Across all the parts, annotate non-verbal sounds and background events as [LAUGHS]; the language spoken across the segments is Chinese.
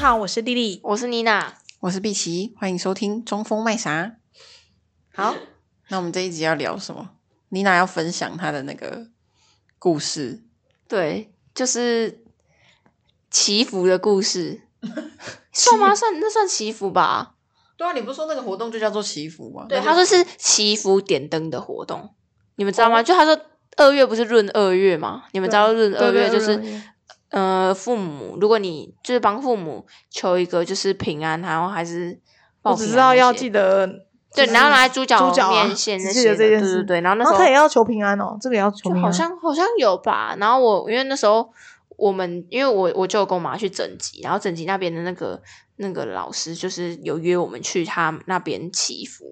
好，我是丽丽。我是妮娜。我是碧琪，欢迎收听《中锋卖啥》。好，那我们这一集要聊什么？妮娜要分享她的那个故事，对，就是祈福的故 [LAUGHS] 事，算吗？算那算祈福吧？对啊，你不是说那个活动就叫做祈福吗？对，他说是祈福点灯的活动，你们知哦道吗？就他说二月不是闰二月吗？你们知道闰二月就是呃，父母，如果你就是帮父母求一个就是平安，然后还是我报只平知安道那要些记得，就对，是然后拿来猪猪脚脚啊面线那 [LAUGHS] 只记些得的，这对件对事对。然后那然后时候他也要求平安哦，这个也要求就平安，好像好像有吧。然后我因为那时候我们因为我我就有跟我妈去整集，然后整集那边的那个那个老师就是有约我们去他那边祈福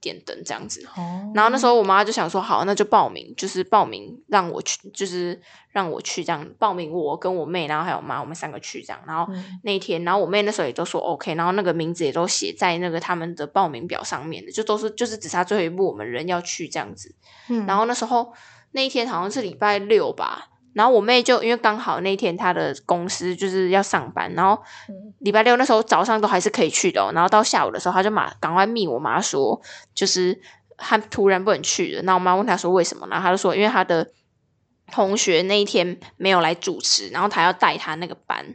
点灯这样子。哦，然后那时候我妈就想说，好，那就报名，就是报名让我去，就是让我去这样报名，我跟我妹，然后还有我妈，我们三个去这样。然后嗯那一天，然后我妹那时候也都说 OK，然后那个名字也都写在那个他们的报名表上面的，就都是就是只差最后一步我们人要去这样子。嗯然后那时候那一天好像是礼拜六吧，然后我妹就因为刚好那一天她的公司就是要上班，然后嗯礼拜六那时候早上都还是可以去的、哦，然后到下午的时候她就马赶快密我妈说，就是她突然不能去了，那我妈问她说为什么，然后她就说因为她的同学那一天没有来主持，然后她要带她那个班。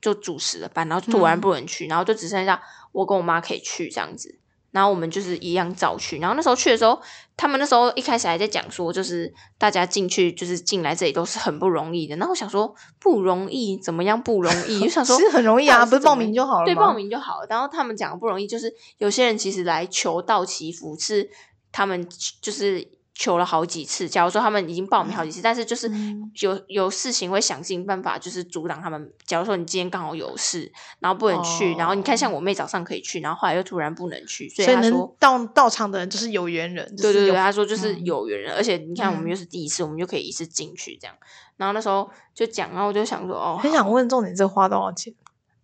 就主持的班，然后就突嗯然不能去，然后就只剩下我跟我妈可以去这样子。然后我们就是一样照去。然后那时候去的时候，他们那时候一开始还在讲说，就是大家进去，就是进来这里都是很不容易的。然后我想说不容易，怎么样不容易？就想说其实很容易啊， [LAUGHS] 不是报名就就好了吗？对报名就好了。然后他们讲的不容易，就是有些人其实来求道祈福是他们就是求了好几次，假如说他们已经报名好几次，但是就是嗯有有事情会想尽办法，就是阻挡他们。假如说你今天刚好有事，然后不能去，然后你看像我妹早上可以去，然后后来又突然不能去，所哦所以以她说能到到场的人就是有缘人，就对是对有对，他说就是嗯有缘人，而且你看我们嗯又是第一次，我们就可以一次进去这样。然后那时候就讲，然后我就想说，哦，很好想问重点，这花多少钱？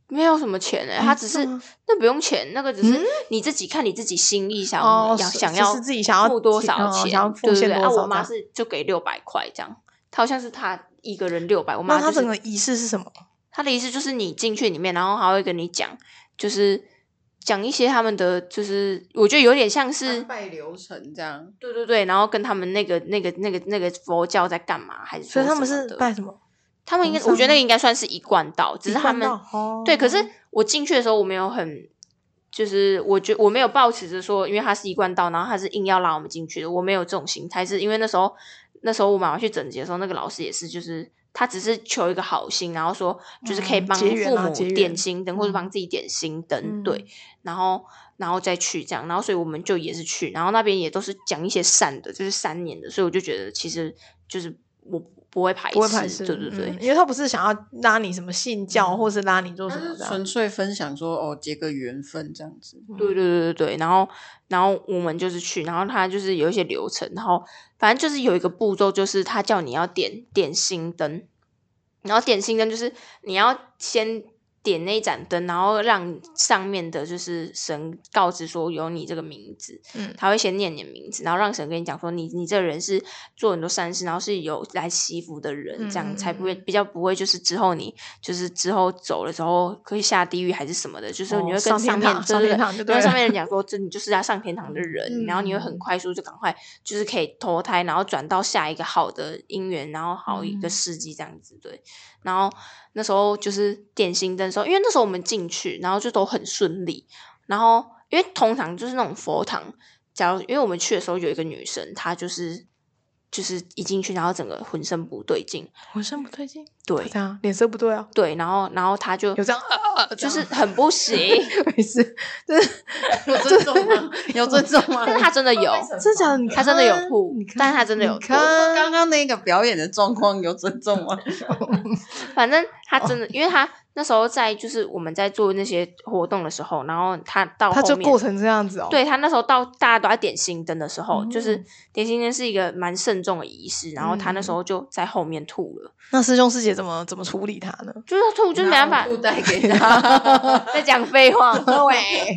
没有什么钱哎、哎他只是是吗那不用钱，那个只是嗯你自己看你自己心意想哦要是想就要是自己想要付多提少哦钱，想要对奉献对对。多啊，少我妈这是就给六百块这样，她好像是她一个人六百，我妈那他就是整个仪式是什么？他的意思就是你进去里面，然后还会跟你讲，就是讲一些他们的，就是我觉得有点像嗯是参拜流程这样，对对对，然后跟他们那个那个那个那个佛教在干嘛，还是所以说他们什么是的拜什么？他们应该，红我觉得山那个应该算是一贯道，只是他一们贯道哦对。可是我进去的时候，我没有很，就是我觉我没有抱持着说，因为他是一贯道，然后他是硬要拉我们进去的，我没有这种心态，是因为那时候那时候我妈妈去整洁的时候，那个老师也是，就是他只是求一个好心，然后说就是可以嗯帮结缘父啊母结缘点心灯，或者嗯帮自己点心灯，嗯对，然后然后再去这样，然后所以我们就也是去，然后那边也都是讲一些善的，就是三年的，所以我就觉得其实就是我不会排斥，不会排斥，对对嗯对。嗯因为他不是想要拉你什么信教，或是拉你做就什么是的啊。纯粹分享说哦，结个缘分这样子。嗯对对对对对，然后然后我们就是去，然后他就是有一些流程，然后反正就是有一个步骤，就是他叫你要点点心灯，然后点心灯就是你要先点那一盏灯，然后让上面的就是神告知说有你这个名字，嗯他会先念你的名字，然后让神跟你讲说你你这个人是做很多善事，然后是有来祈福的人，这嗯样嗯才不会嗯比较不会就是之后你就是之后走了之后可以下地狱还是什么的，就是你哦会上天跟上面堂对上对天对堂就因 [LAUGHS] 对为上了面人讲说这你就是要上天堂的人，然后你会很嗯快速就赶快就是可以投胎，然后转到下一个好的姻缘，然后好一个嗯世纪这样子对，然后那时候就是点心灯的时候，因为那时候我们进去，然后就都很顺利，然后因为通常就是那种佛堂，假如因为我们去的时候有一个女生，她就是就是一进去，然后整个浑身不对劲，浑身不对劲，对对啊，脸色不对啊，对，然后然后她就有这样呃，呃就是很不行，没事，就是 [LAUGHS] 有尊重吗？ [LAUGHS] 有尊重吗？但是她真的有，真假的，你她真的有看吐你看，但是她真的有你吐我说看刚刚那个表演的状况有尊重 [LAUGHS] 吗？反正他真的，因为他那时候在就是我们在做那些活动的时候，然后他到他就后面过成这样子哦，，对他那时候到大家都在点心灯的时候，就是嗯点心灯是一个蛮慎重的仪式，然后他那时嗯候就在后面吐了，那师兄师姐怎么怎么处理他呢？就是他吐就是没办法拿红布袋 [LAUGHS] [LAUGHS] 给他。在讲 [LAUGHS] 废话，对，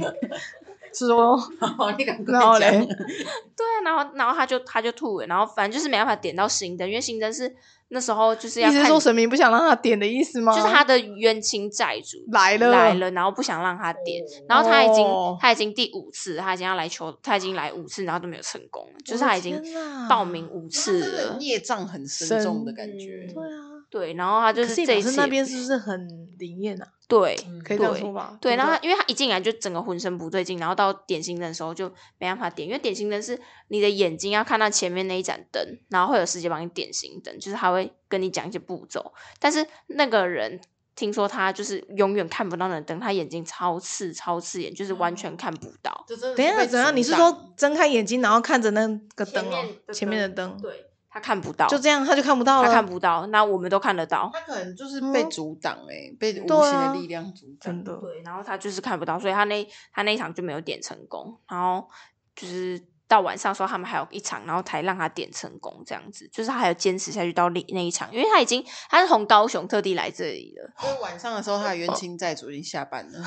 是 [LAUGHS] 说好你赶快然后讲嘞，对啊，然后然后他就他就吐了，然后反正就是没办法点到新灯，因为新灯是那时候就是要一直看，说就是神明不想让他点的意思吗？他的冤亲债主哦来了来了，然后不想让他点，然后他已经、哦他已经第五次，他已经要来求，他已经来五次，然后都没有成功，就是我的他已经哦天哪报名五次真的了，业障很深重的感觉深。对啊，对，然后他就可是这表一示次那也边不是不是很灵验啊？对。嗯可以这样说吧？对，不然后他因为他一进来就整个浑身不对劲，然后到点心灯的时候就没办法点，因为点心灯是你的眼睛要看到前面那一盏灯，然后会有师姐帮你点心灯，就是他会跟你讲一些步骤。但是那个人听说他就是永远看不到那个灯，他眼睛超刺超刺眼，就是完哦全看不到。这真的是等一下，被等一下，阻你是挡说睁开眼睛，然后看着那个前灯哦面的，前面的灯灯，对他看不到，就这样他就看不到他了，看不到，那我们都看得到。他可能就是被嗯阻挡哎、被无对形啊的力量阻真挡。的。对，然后他就是看不到，所以他那他那一场就没有点成功。然后就是到晚上的时候，他们还有一场，然后才让他点成功，这样子，就是他还有坚持下去到那那一场，因为他已经他是从高雄特地来这里的，所以晚上的时候，他的冤亲债主已经下班了，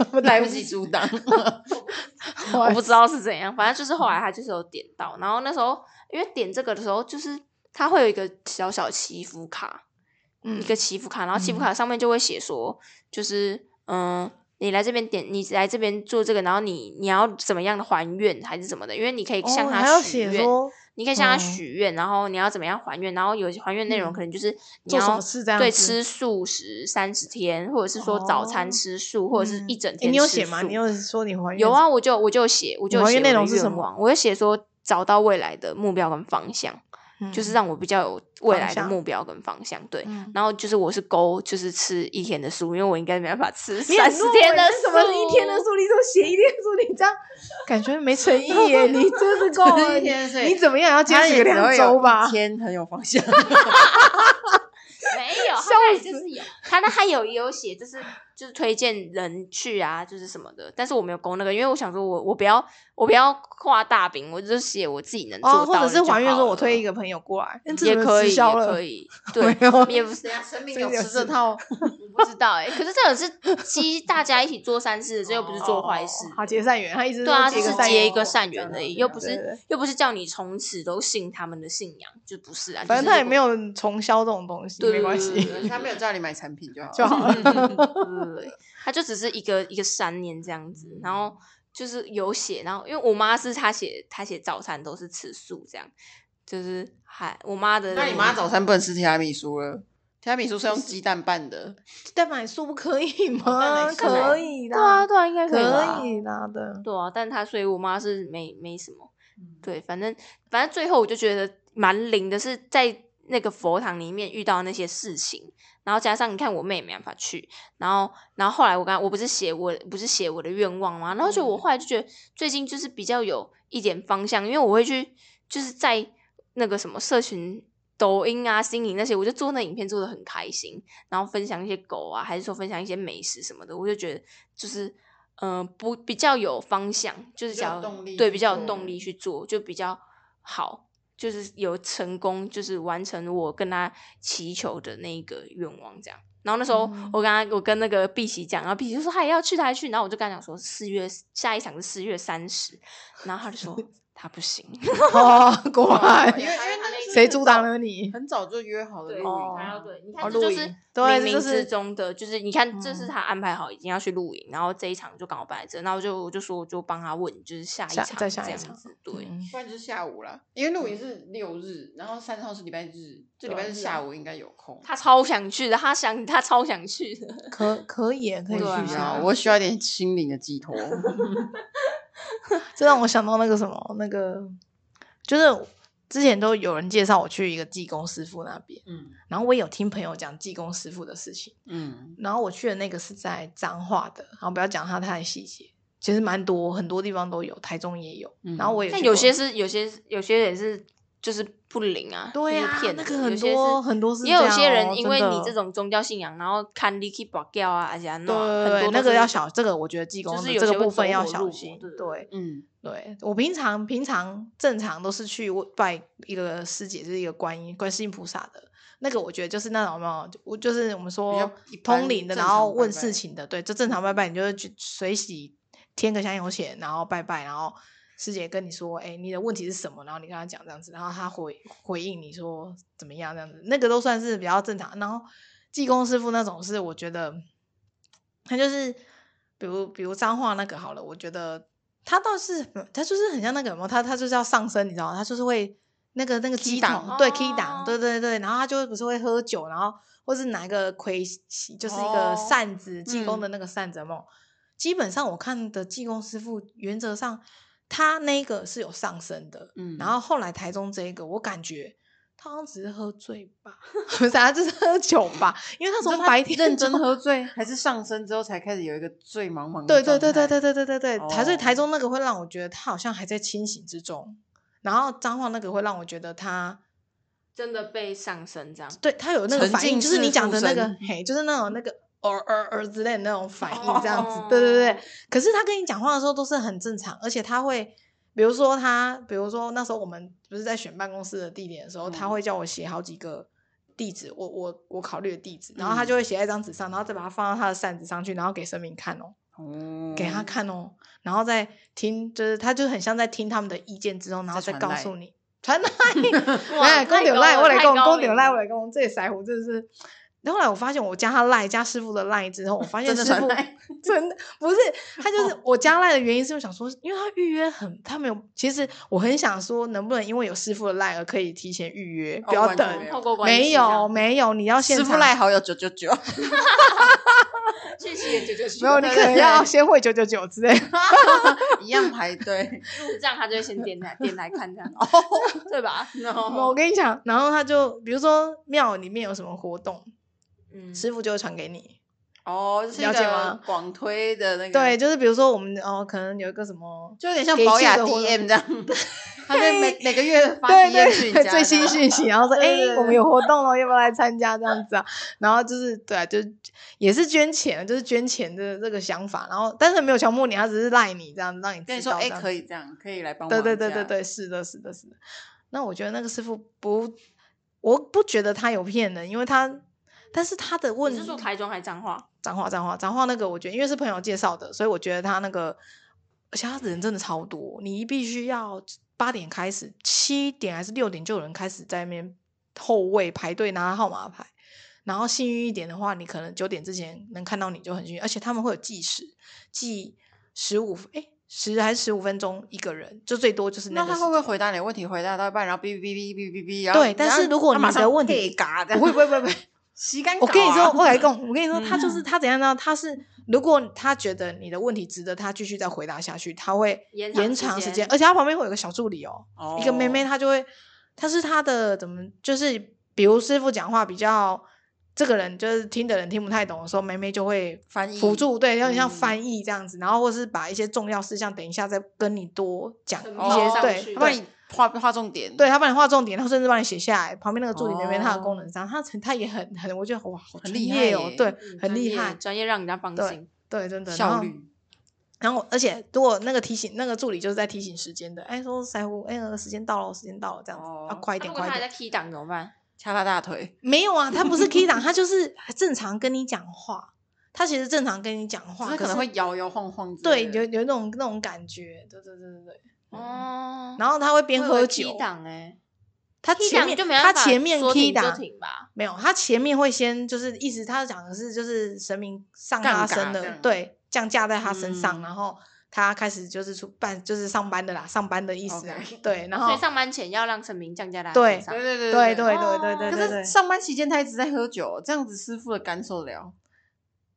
来哦 [LAUGHS] 来不不及及阻挡。 [LAUGHS] [LAUGHS] 我不知道是怎样，反正就是后嗯来他就是有点到，然后那时候因为点这个的时候，就是他会有一个小小祈福卡，嗯一个祈福卡，然后祈福嗯卡上面就会写说，就是嗯、呃你来这边点，你来这边做这个，然后你你要怎么样的还愿还是怎么的，因为你可以哦向还要他许写愿，说你可以向他哦许愿，然后你要怎么样还愿，然后有些还愿内容嗯可能就是你做什要么事这样对子吃素食三十天，或者是说早餐哦吃素，或者是一嗯整诶天你有吃写吗？素你有说你还愿有啊，我就我就写，我就你还写愿我的内容是什愿么啊望我就写说找到未来的目标跟方向，嗯，就是让我比较有未方来的向目标跟方向。对，嗯然后就是我是勾，就是吃一天的素，因为我应该没办法吃你很三十弱天欸的你素，什么一天的素，你怎么写一天的素？你这样感觉没诚意耶！ [LAUGHS] 你真是够了，一天所以你怎么样也要坚他持也个只会两有周一吧？天很有 [LAUGHS] [LAUGHS] 方向。没有，他笑那里死就是有，他那他有也有写，就是就是推荐人去啊，就是什么的，但是我没有勾那个，因为我想说我我不要我不要画大饼，我就写我自己能做到哦，的或就好了、者是还愿说，我推一个朋友过来，嗯这也怎么可直以，也销了可以， [LAUGHS] 没对，有也 [LAUGHS] 不是啊，生命有吃这 [LAUGHS] 套， [LAUGHS] 不知道哎、可是这种是激大家一起做善事，这又不是做坏事。哦好结善缘，他一直对啊，说就结是个善结一缘个善缘而已，又不对对是对又不是叫你从此都信他们的信仰，就不是啊。反正就是他也如果没有重销这种东西，对嗯对没关对对系。对他没有叫你买产品就好了。就好 [LAUGHS] 了。对，他就只是一个一个三年这样子，然后就是有写，然后因为我妈是她写她写早餐都是吃素这样，就是还我妈的 [LAUGHS] 那你妈早餐不能吃提拉米苏了，提拉米苏是用鸡蛋拌 [LAUGHS] 的。蛋奶素不可以蛋吗？奶素可哦可以的，对啊对啊应该可以吧可以的的。对啊，但她所以我妈是没没什么嗯对，反正反正最后我就觉得蛮灵的，是在那个佛堂里面遇到那些事情，然后加上你看我妹也没办法去，然后然后后来我刚我不是写我不是写我的愿望吗？然后就我后来就觉得最近就是比较有一点方向，因为我会去就是在那个什么社群。抖音啊、新影那些，我就做那影片做的很开心，然后分享一些狗啊，还是说分享一些美食什么的，我就觉得就是，嗯、不比较有方向，就是比较有想动力对去比较有做动力去做，就比较好，就是有成功，就是完成我跟他祈求的那一个愿望这样。然后那时候嗯我跟他，我跟那个碧玺讲，然后碧玺就说他也要去，他还去。然后我就跟他讲说四月下一场是四月三十，然后他就 [LAUGHS] 说他不行， [LAUGHS] 哦，果 [LAUGHS] 然因为因为那个是谁阻挡了你？很早就约好的对，露哦他营啊，要对，你哦看这就露是营对冥这冥就是之中的，就是你看，这是嗯他安排好已经要去露营，然后这一场就刚好摆在这，然后我就我就说我就帮他问，就是下一下场再下这一样场子，对，嗯不然就是下午啦。因为露营是六日，然后三号是礼拜日，这礼拜日下午应该有空。他超想去的，他想他超想去的，可可以耶，可以我去对啊一需要，下。我需要一点心灵的寄 [LAUGHS] 托。这让我想到那个什么，那个就是之前都有人介绍我去一个技工师傅那边，嗯，然后我也有听朋友讲技工师傅的事情。嗯，然后我去的那个是在彰化的，然后不要讲它太细节，其实蛮多，很多地方都有，台中也有。嗯然后我也 [LAUGHS] 但去有过些是有些有些人是就是不灵啊，对就是啊骗那人个的很有些多很多是也有这些样人哦因真为你的这种宗教信仰，然后看你去保教啊，而且很对多对都对，那个是要小，这个我觉得技就工是的有这个些会部分走要火入小魔心对。对对嗯，对，我平常平常正常都是去我拜一个师姐，就是一个观音观世音菩萨的。那个我觉得就是那种有没有，我就是我们说较一般通灵的，正然后常问拜拜事情的，对，就正常拜拜，你就是去随喜添个香油钱，然后拜拜，然后师姐跟你说，哎、你的问题是什么？然后你跟她讲这样子，然后她回回应你说怎么样这样子，那个都算是比较正常。然后技工师傅那种是，我觉得他就是，比如比如脏话那个好了，我觉得他倒是他就是很像那个什么，他他就是要上身，你知道吗？他就是会那个那个 Key 击打档对哦 key 档，对对对，然后他就不是会喝酒，然后或是拿一个盔，就是一个哦扇子，济公的嗯那个扇子梦。基本上我看的济公师傅，原则上他那个是有上升的，嗯然后后来台中这一个，我感觉他好像只是喝醉吧， [LAUGHS] 不是啊他就是喝酒吧，因为他从白天 [LAUGHS] 认中真喝醉，还是上身之后才开始有一个醉茫茫的对对状对对态对对对对对，台所以台哦中那个会让我觉得他好像还在清醒之中，然后彰化那个会让我觉得他真的被上身这样。对他有那个沉反应，浸就是你式讲附的那个身嘿，就是那种那个呃呃呃之类的那种反嗯应这样子，哦对对对。可是他跟你讲话的时候都是很正常，而且他会。比如说他，比如说那时候我们不是在选办公室的地点的时候，他嗯会叫我写好几个地址，我我我考虑的地址，然后他嗯就会写在一张纸上，然后再把它放到他的扇子上去，然后给神明看哦。哦给他看哦，然后再听，就是他就很像在听他们的意见之后，然后再再传告赖诉你 [LAUGHS] 传来，哇哎，公太牛高赖，了我来太公，高公牛龄赖，了我来公，这腮胡真的是。然后后来我发现，我加他赖，加师傅的赖之后，我 [LAUGHS] 发现真的师传傅赖 [LAUGHS] 真的不是他，就是我加赖的原因是我想说，因为他预约很，他没有。其实我很想说，能不能因为有师傅的赖而可以提前预约，不哦要完等全。嗯透过关系没这样有没有，你要现师场傅赖好友九九 [LAUGHS] 九，去写九九九，没有， [LAUGHS] 你可能要先会九九九之类的。一样排 [LAUGHS] 队。入账，他就会先点来点来看这 [LAUGHS] 哦样，对吧？哦我跟你讲，然后他就比如说庙里面有什么活动，嗯，师傅就会传给你。 [LAUGHS] 哦，这是了一解吗个广推的那个，对，，就是比如说我们哦，可能有一个什么，嗯就有点像给保信雅的活动 DM 这 [LAUGHS] 样，他在每每个月发对 DM 去对你家对，的，最新讯息，然后说 [LAUGHS] 对对哎，对我们有活动了，要不要来参加这样子啊？然后就是对啊，就是也是捐钱，就是捐钱的这个想法，然后但是没有强迫你，他只是赖你这样子，让你跟你知说，道。哎，可以，以这样，可以来帮忙对一下。对对对对，是的，是的，是的。那我觉得那个师傅不，我不觉得他有骗人，因为他，但是他的问你是说台中还脏话？脏话，脏话，脏话那个，我觉得因为是朋友介绍的，所以我觉得他那个，而且他人真的超多，你必须要八点开始，七点还是六点就有人开始在那边后位排队拿号码牌，然后幸运一点的话，你可能九点之前能看到你就很幸运，而且他们会有计时，计十五哎十还是十五分钟一个人，就最多就是那个他时会不会间回答你的问题？回答到一半，然后哔哔哔哔哔哔，然后对，但是如果你的问题，嘎的，不会不会不会。不会洗干净。我跟你说，我来讲，我跟你说，嗯他就是他怎样呢？他是如果他觉得你的问题值得他继续再回答下去，他会延长延时长时间间，而呃且他旁边会有个小助理哦，一个妹妹，哦，她就会，她是她的怎么，就是比如师傅讲话比较。这个人就是听的人听不太懂的时候，妹妹就会翻译辅助，对，有点像嗯翻译这样子，然后或是把一些重要事项，等一下再跟你多讲一承哦包些，上对，去对他帮你画画重点。对，他帮你画重点，然后甚至帮你写下来。旁边那个助理那边，他的功哦能上，他他也很很，我觉得哇，好很专厉业害哦，耶对嗯，很专厉业害，专业让人家放对心。对，真的然效后率。然后，而且如果那个提醒那个助理就是在提醒时间的，哎，说腮胡，哎，那个时间到了，时间到了，这样子，要哦快一那点，啊如快果一他还点。在 key 档怎么办？掐他大腿，没有啊，他不是 key 档，他就是正常跟你讲话，他其实正常跟你讲话，他可能是会摇摇晃晃之对类的。有有那种那种感觉，对对对对对。嗯哦，然后他会边我以喝为酒 key，档哎，他 key 前档面就没他办法前面说 key 停就档停吧。没有，他前面会先就是意思，他讲的是就是神明上他杠杆身这的，样对，降价在他身上，嗯然后他开始就是出办就是上班的啦，上班的意思啊 OK 对，然所后以上班前要让神明降价来对对对对对对对对。对对哦可对是对。上班期间他一直在喝酒，这样子师傅的感受得了。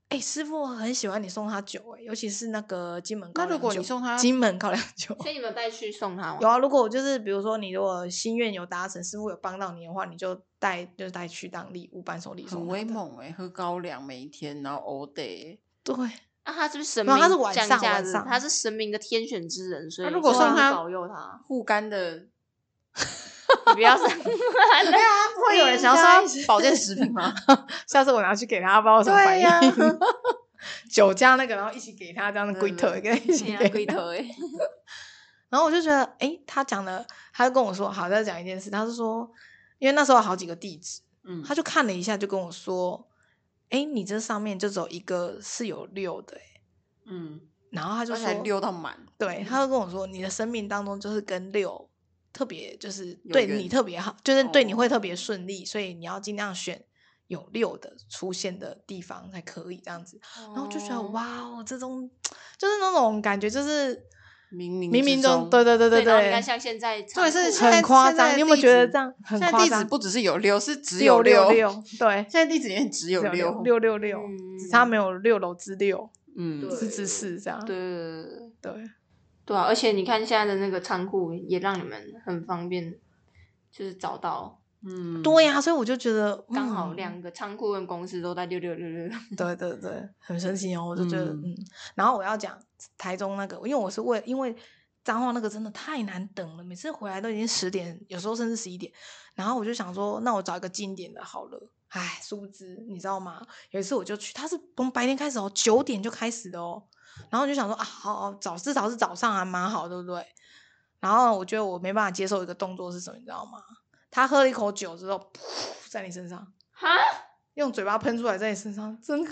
哎、师傅很喜欢你送他酒、哎，尤其是那个金门高那粱酒。如果你送他金门高粱酒， [LAUGHS] 所以你们带去送他吗？有啊，如果就是比如说你如果心愿有达成，师傅有帮到你的话，你就带就带去当礼物伴手礼送很他威的，猛哎、喝高粱每一天，然后 all day。对。那啊他是不是神没有明？他是晚上降价晚的上他是神明的天选之人，所以那如果神明送会他保佑他，护肝的， [LAUGHS] 你不要上。对啊，不会有人想要应该送保健食品 [LAUGHS] 吗？下次我拿去给他，不知道有什么反应。[LAUGHS] 对嗯酒加那个，然后一起给他这样的龟头，欸跟一起给龟他。头 [LAUGHS] 欸哎，然后我就觉得，哎，他讲的，他就跟我说，好，再讲一件事，他是说，因为那时候有好几个地址，嗯他就看了一下，就跟我说，哎，你这上面就只有一个是有六的、诶嗯，然后他就而且说还溜到满，对，他就跟我说，你的生命当中就是跟六特别，就是有对缘你特别好，就是对你会特别哦顺利，所以你要尽量选有六的出现的地方才可以这样子。然然后就觉得，哇哦，这种就是那种感觉，就是冥冥冥冥之中，对对对对然后你对看，像现在仓库，对是现在很夸现在张。的你有没有地觉得址这样很现在夸地址张？不只是有六，是只有有六，对，现在地址里面只有只六，六六六，只差嗯没有六楼之六，嗯，对是之四这样。对对对对对，对啊！而且你看现在的那个仓库也让你们很方便，就是找到嗯，对啊呀，所以我就觉得刚好嗯两个仓库跟公司都在六六六六。对对对，很神奇哦，我就觉得嗯嗯然后我要讲台中那个，因为我是为因为彰化那个真的太难等了，每次回来都已经十点，有时候甚至十一点。然后我就想说，那我找一个近一点的好了。唉，殊不知你知道吗？有一次我就去，他是从白天开始哦，九点就开始的哦。然后我就想说啊，好好早至少是早上还蛮好，对不对？然后我觉得我没办法接受一个动作是什么，你知道吗？他喝了一口酒之后，噗，在你身上哈，用嘴巴喷出来，在你身上，真的。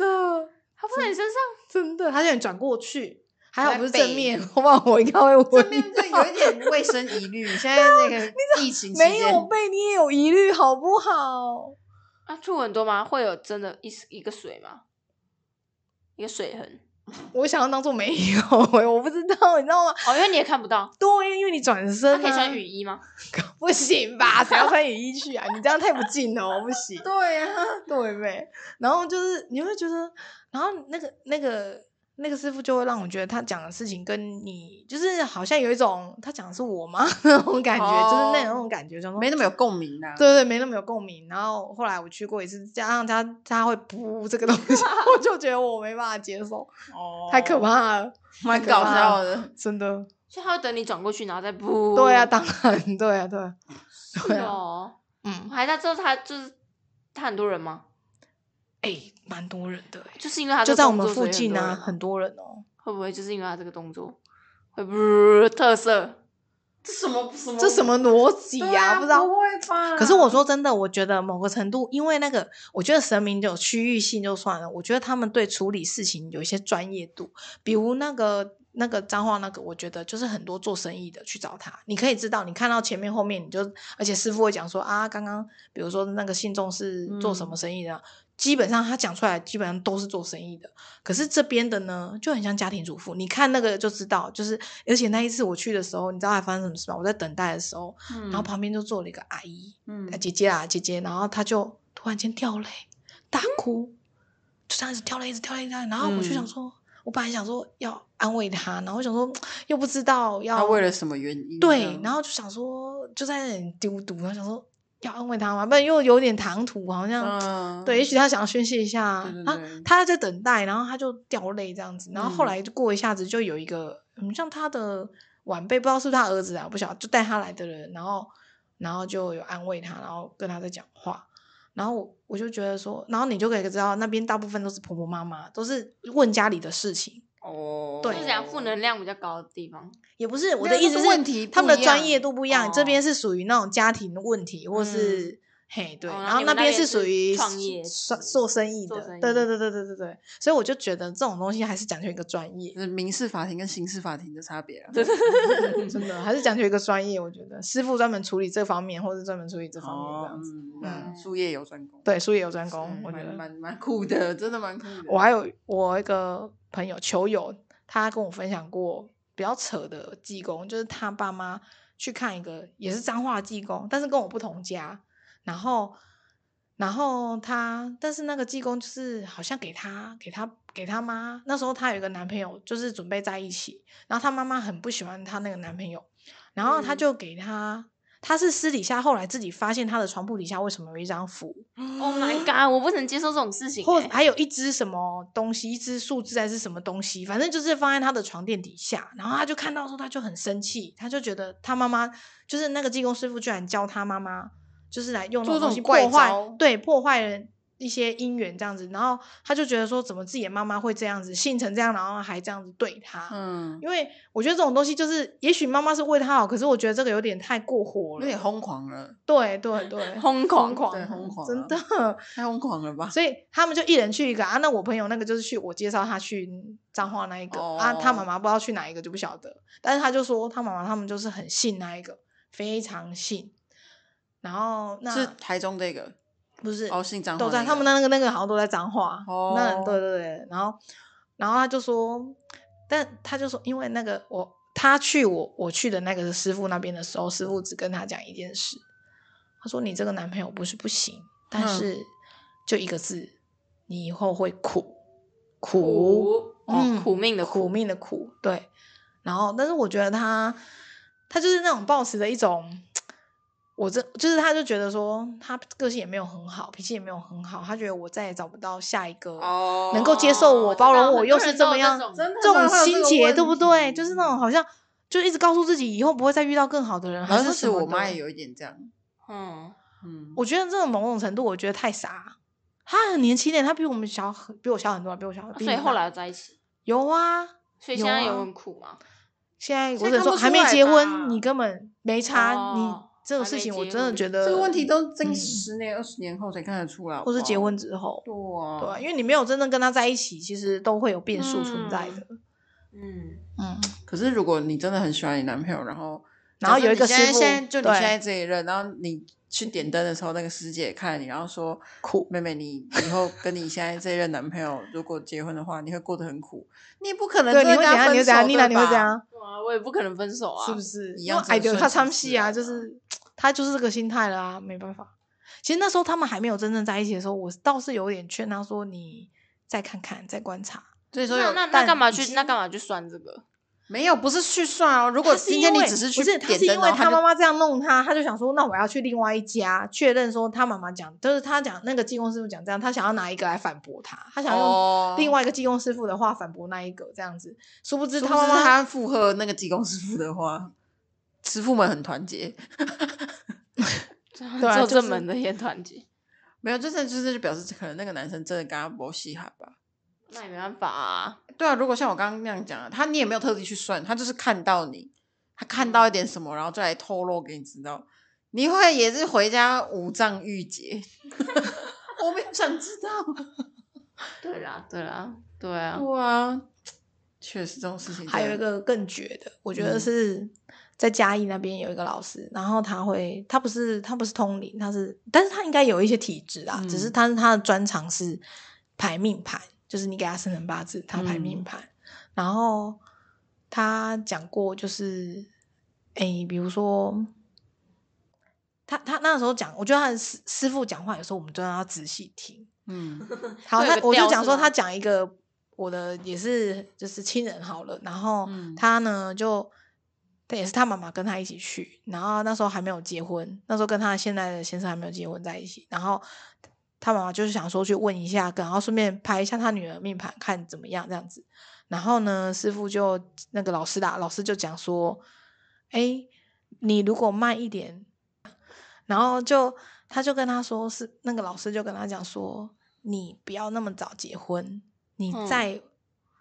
他放在你身上，真的，他叫你转过去，还好在不是背正面， [LAUGHS] 要不然我应该会这闻边就有一点卫生 [LAUGHS] 疑虑。现在那个疫情期没有间，背，你也有疑虑，好不好？啊，吐很多吗？会有真的一一个水吗？一个水痕我想要当做没有、欸，我不知道，你知道吗？哦，因为你也看不 [LAUGHS] 到。对，因为你转身、啊，他可以穿雨，衣吗？不行吧？谁要穿雨衣去啊？你这样太不敬了哦，不行。对啊， [LAUGHS] 对呗。然后就是你会觉得，然后那个那个那个师傅就会让我觉得他讲的事情跟你就是好像有一种他讲的是我吗 [LAUGHS] 那种感觉，就是那哦种感觉，就没那么有共鸣啊。对对，没那么有共鸣。然后后来我去过一次，加上他他会噗这个东西， [LAUGHS] 我就觉得我没办法接受，哦太可，怕了，蛮太可搞怕笑了，的。真的。所以他会等你转过去，然后再噗。对啊，当然，对啊，对啊，是对啊哦。嗯，还在之后他就是他很多人吗？哎、蛮多人的欸、就是因为他这就个在我动们作附所以近多啊，人吗很多人哦。会不会就是因为他这个动作会不特色？这什么什么这什么逻辑底呀、不知道。啊会吧可是我说真的，我觉得某个程度，因为那个，我觉得神明有区域性就算了，我觉得他们对处理事情有一些专业度，比如那个那个彰化那个，我觉得就是很多做生意的去找他，你可以知道，你看到前面后面，你就而且师傅会讲说啊，刚刚比如说那个信众是做什么生意的啊。基本上他讲出来，基本上都是做生意的。可是这边的呢，就很像家庭主妇。你看那个就知道，就是而且那一次我去的时候，你知道还发生什么事吗？我在等待的时候，然嗯后旁边就坐了一个阿姨，嗯啊，姐姐啊，姐姐，然后她就突然间掉泪，大哭，就这样一直掉泪，一直掉泪，一直掉泪。然后我就想嗯说，我本来想说要安慰她，然后我想说又不知道要他为了什么原因？对，然后就想说就在那里丢毒，然后想说要安慰她嘛，不然又有点唐突，好像、嗯，对，也许他想要宣泄一下啊对对，他对他在等待，然后他就掉泪这样子，然后后嗯来就过一下子就有一个，嗯，像他的晚辈，不知道是不是他儿子啊，不晓得，就带他来的人，然后然后就有安慰他，然后跟他在讲话，然后我我就觉得说，然后你就可以知道那边大部分都是婆婆妈妈，都是问家里的事情，哦，对就是讲负能量比较高的地 [LAUGHS] 方，也不是我没的有就意思是问题他不们的一专样业度不一样，这哦边是属于那种家庭问题，或是、嘿对，哦然然后后你那们那边边是属是于创是业做是做生意做的生，对对意对对对对对，所以我就觉得这种东西还是讲究一个专业就，是民事法庭跟刑事法庭的差别啊。嗯真的还是讲究一个专业，我觉得师傅专门处理这方面，或是专门处理这方面这哦，样子，嗯，嗯嗯术业有专攻，对，术业有专攻，嗯，我觉蛮得蛮蛮酷的，真的蛮酷的。我还有我一个朋友球友，他跟我分享过比较扯的济公，就是他爸妈去看一个也是彰化济公，但是跟我不同家，然后然后他但是那个济公就是好像给他给他给他妈，那时候他有一个男朋友，就是准备在一起，然后他妈妈很不喜欢他那个男朋友，然后他嗯就给他。他是私底下后来自己发现他的床铺底下为什么有一张符， Oh my god！我不能接受这种事情、或哎欸。还有一只什么东西，一只树枝还是什么东西，反正就是放在他的床垫底下。然后他就看到说，他就很生气，他就觉得他妈妈就是那个技工师傅，居然教他妈妈就是来用那种做这东种西怪破坏招，对破坏人一些姻缘这样子，然后他就觉得说，怎么自己的妈妈会这样子信成这样，然后还这样子对他？嗯，因为我觉得这种东西就是，也许妈妈是为他好，可是我觉得这个有点太过火有了。点疯狂了，对对 [LAUGHS] 对，疯狂疯狂对疯狂真啊的。太疯狂了吧？所以他们就一人去一个啊。那我朋友那个就是去我介绍他去彰化那一个、啊，他妈哦妈不知道去哪一个就不晓得，但是他就说他妈妈他们就是很信那一个，非常信。然后那是台中这个不是哦，姓张都在他们那那那个那个好像都在彰化。哦那对对对，然后然后他就说，但他就说，因为那个我他去我我去的那个师傅那边的时候，师傅只跟他讲一件事，他说你这个男朋友不是不行，但嗯是就一个字，你以后会苦苦苦哦嗯苦命的苦苦，命的苦，对。然后，但是我觉得他，他就是那种抱持的一种，我这就是他就觉得说，他个性也没有很好，脾气也没有很好，他觉得我再也找不到下一个哦，能够接受我、包容我，又是这么样，真的这种吗会有心个结，问对不对？题就是那种好像就一直告诉自己以后不会再遇到更好的人，好还像是什是么我妈的也有一点这样，嗯，嗯，我觉得这种某种程度，我觉得太傻。他很年轻点，他比我们小很，比我小很多，比我小很多。所以后来在一起，有啊，所以有现在有啊很苦嘛，现在现我只在看说不还出没来结吧婚，你根本没差。哦你这种还事没情，我结真的婚觉得这个问题，都近嗯十年、二十年后才看得出来，好或是不结好婚之后，对啊，对吧，因为你没有真正跟他在一起，其实都会有变数存在的。嗯，嗯，可是如果你真的很喜欢你男朋友，然后然后假设有一个你现在师傅现在就你对现在这一任，然后你去点灯的时候，那个师姐看了你，然后说苦，妹妹，你以后跟你现在这一任男朋友如果结婚的话，你会过得很苦，你也不可能对，你真会的怎跟他样？你分会怎手，样？妮娜，你对会吧怎？样？对啊，我也不可能分手啊，是不是？一因样为只哎，能对，顺他其唱自戏啊，然就啊是他就是这个心态啦、没办法。其实那时候他们还没有真正在一起的时候，我倒是有点劝他说：“你再看看，再观察。所以说那有那那但干嘛已去经那干嘛去算这个？ [LAUGHS] 没有不是去算哦，如如果今天你只 [LAUGHS] 是去不他点是灯，因为然后他就妈妈这样弄他，他就想说：那我要去另外一家确认说他妈妈讲，就是他讲那个技工师傅讲这样，他想要拿一个来反驳他，他想用哦，另外一个技工师傅的话反驳那一个这样子。殊不知是他他妈妈妈妈他附和那个济公师傅的话，师傅们很团结。啊只有就这是门的演团结， [LAUGHS] 没有，就是就是就表示可能那个男生真的跟他不稀罕吧。那也没办法啊。对啊，如果像我刚刚那样讲的，他你也没有特地去算，他就是看到你，他看嗯到一点什么，然后再来透露给你知道，你会也是回家五脏郁结。 [LAUGHS] 我没有想知道。 [LAUGHS] 对啦，对啦，对嗯啊，对啊，确实这种事情真的。还有一个更绝的，我觉得嗯是在嘉义那边有一个老师，然后他会，他不是他不是通灵，他是，但是他应该有一些体质啊，只是嗯他是他的专长是排命盘，就是你给他生辰八字，他排命嗯盘。然后他讲过，就是诶，比如说。他他那时候讲，我觉得他的师师傅讲话，有时候我们真的要仔细听，嗯好，会有他个我就调讲是说，吗他讲一个我的也是就是亲人好了，然后嗯他呢就，他也是他妈妈跟他一起去，然后那时候还没有结婚，那时候跟他现在的先生还没有结婚在一起，然后他妈妈就是想说去问一下，然后顺便拍一下他女儿命盘看怎么样这样子，然后呢师傅就那个老师啦，老师就讲说，哎，你如果慢一点，然后就他就跟他说是那个老师就跟他讲说，你不要那么早结婚，你嗯再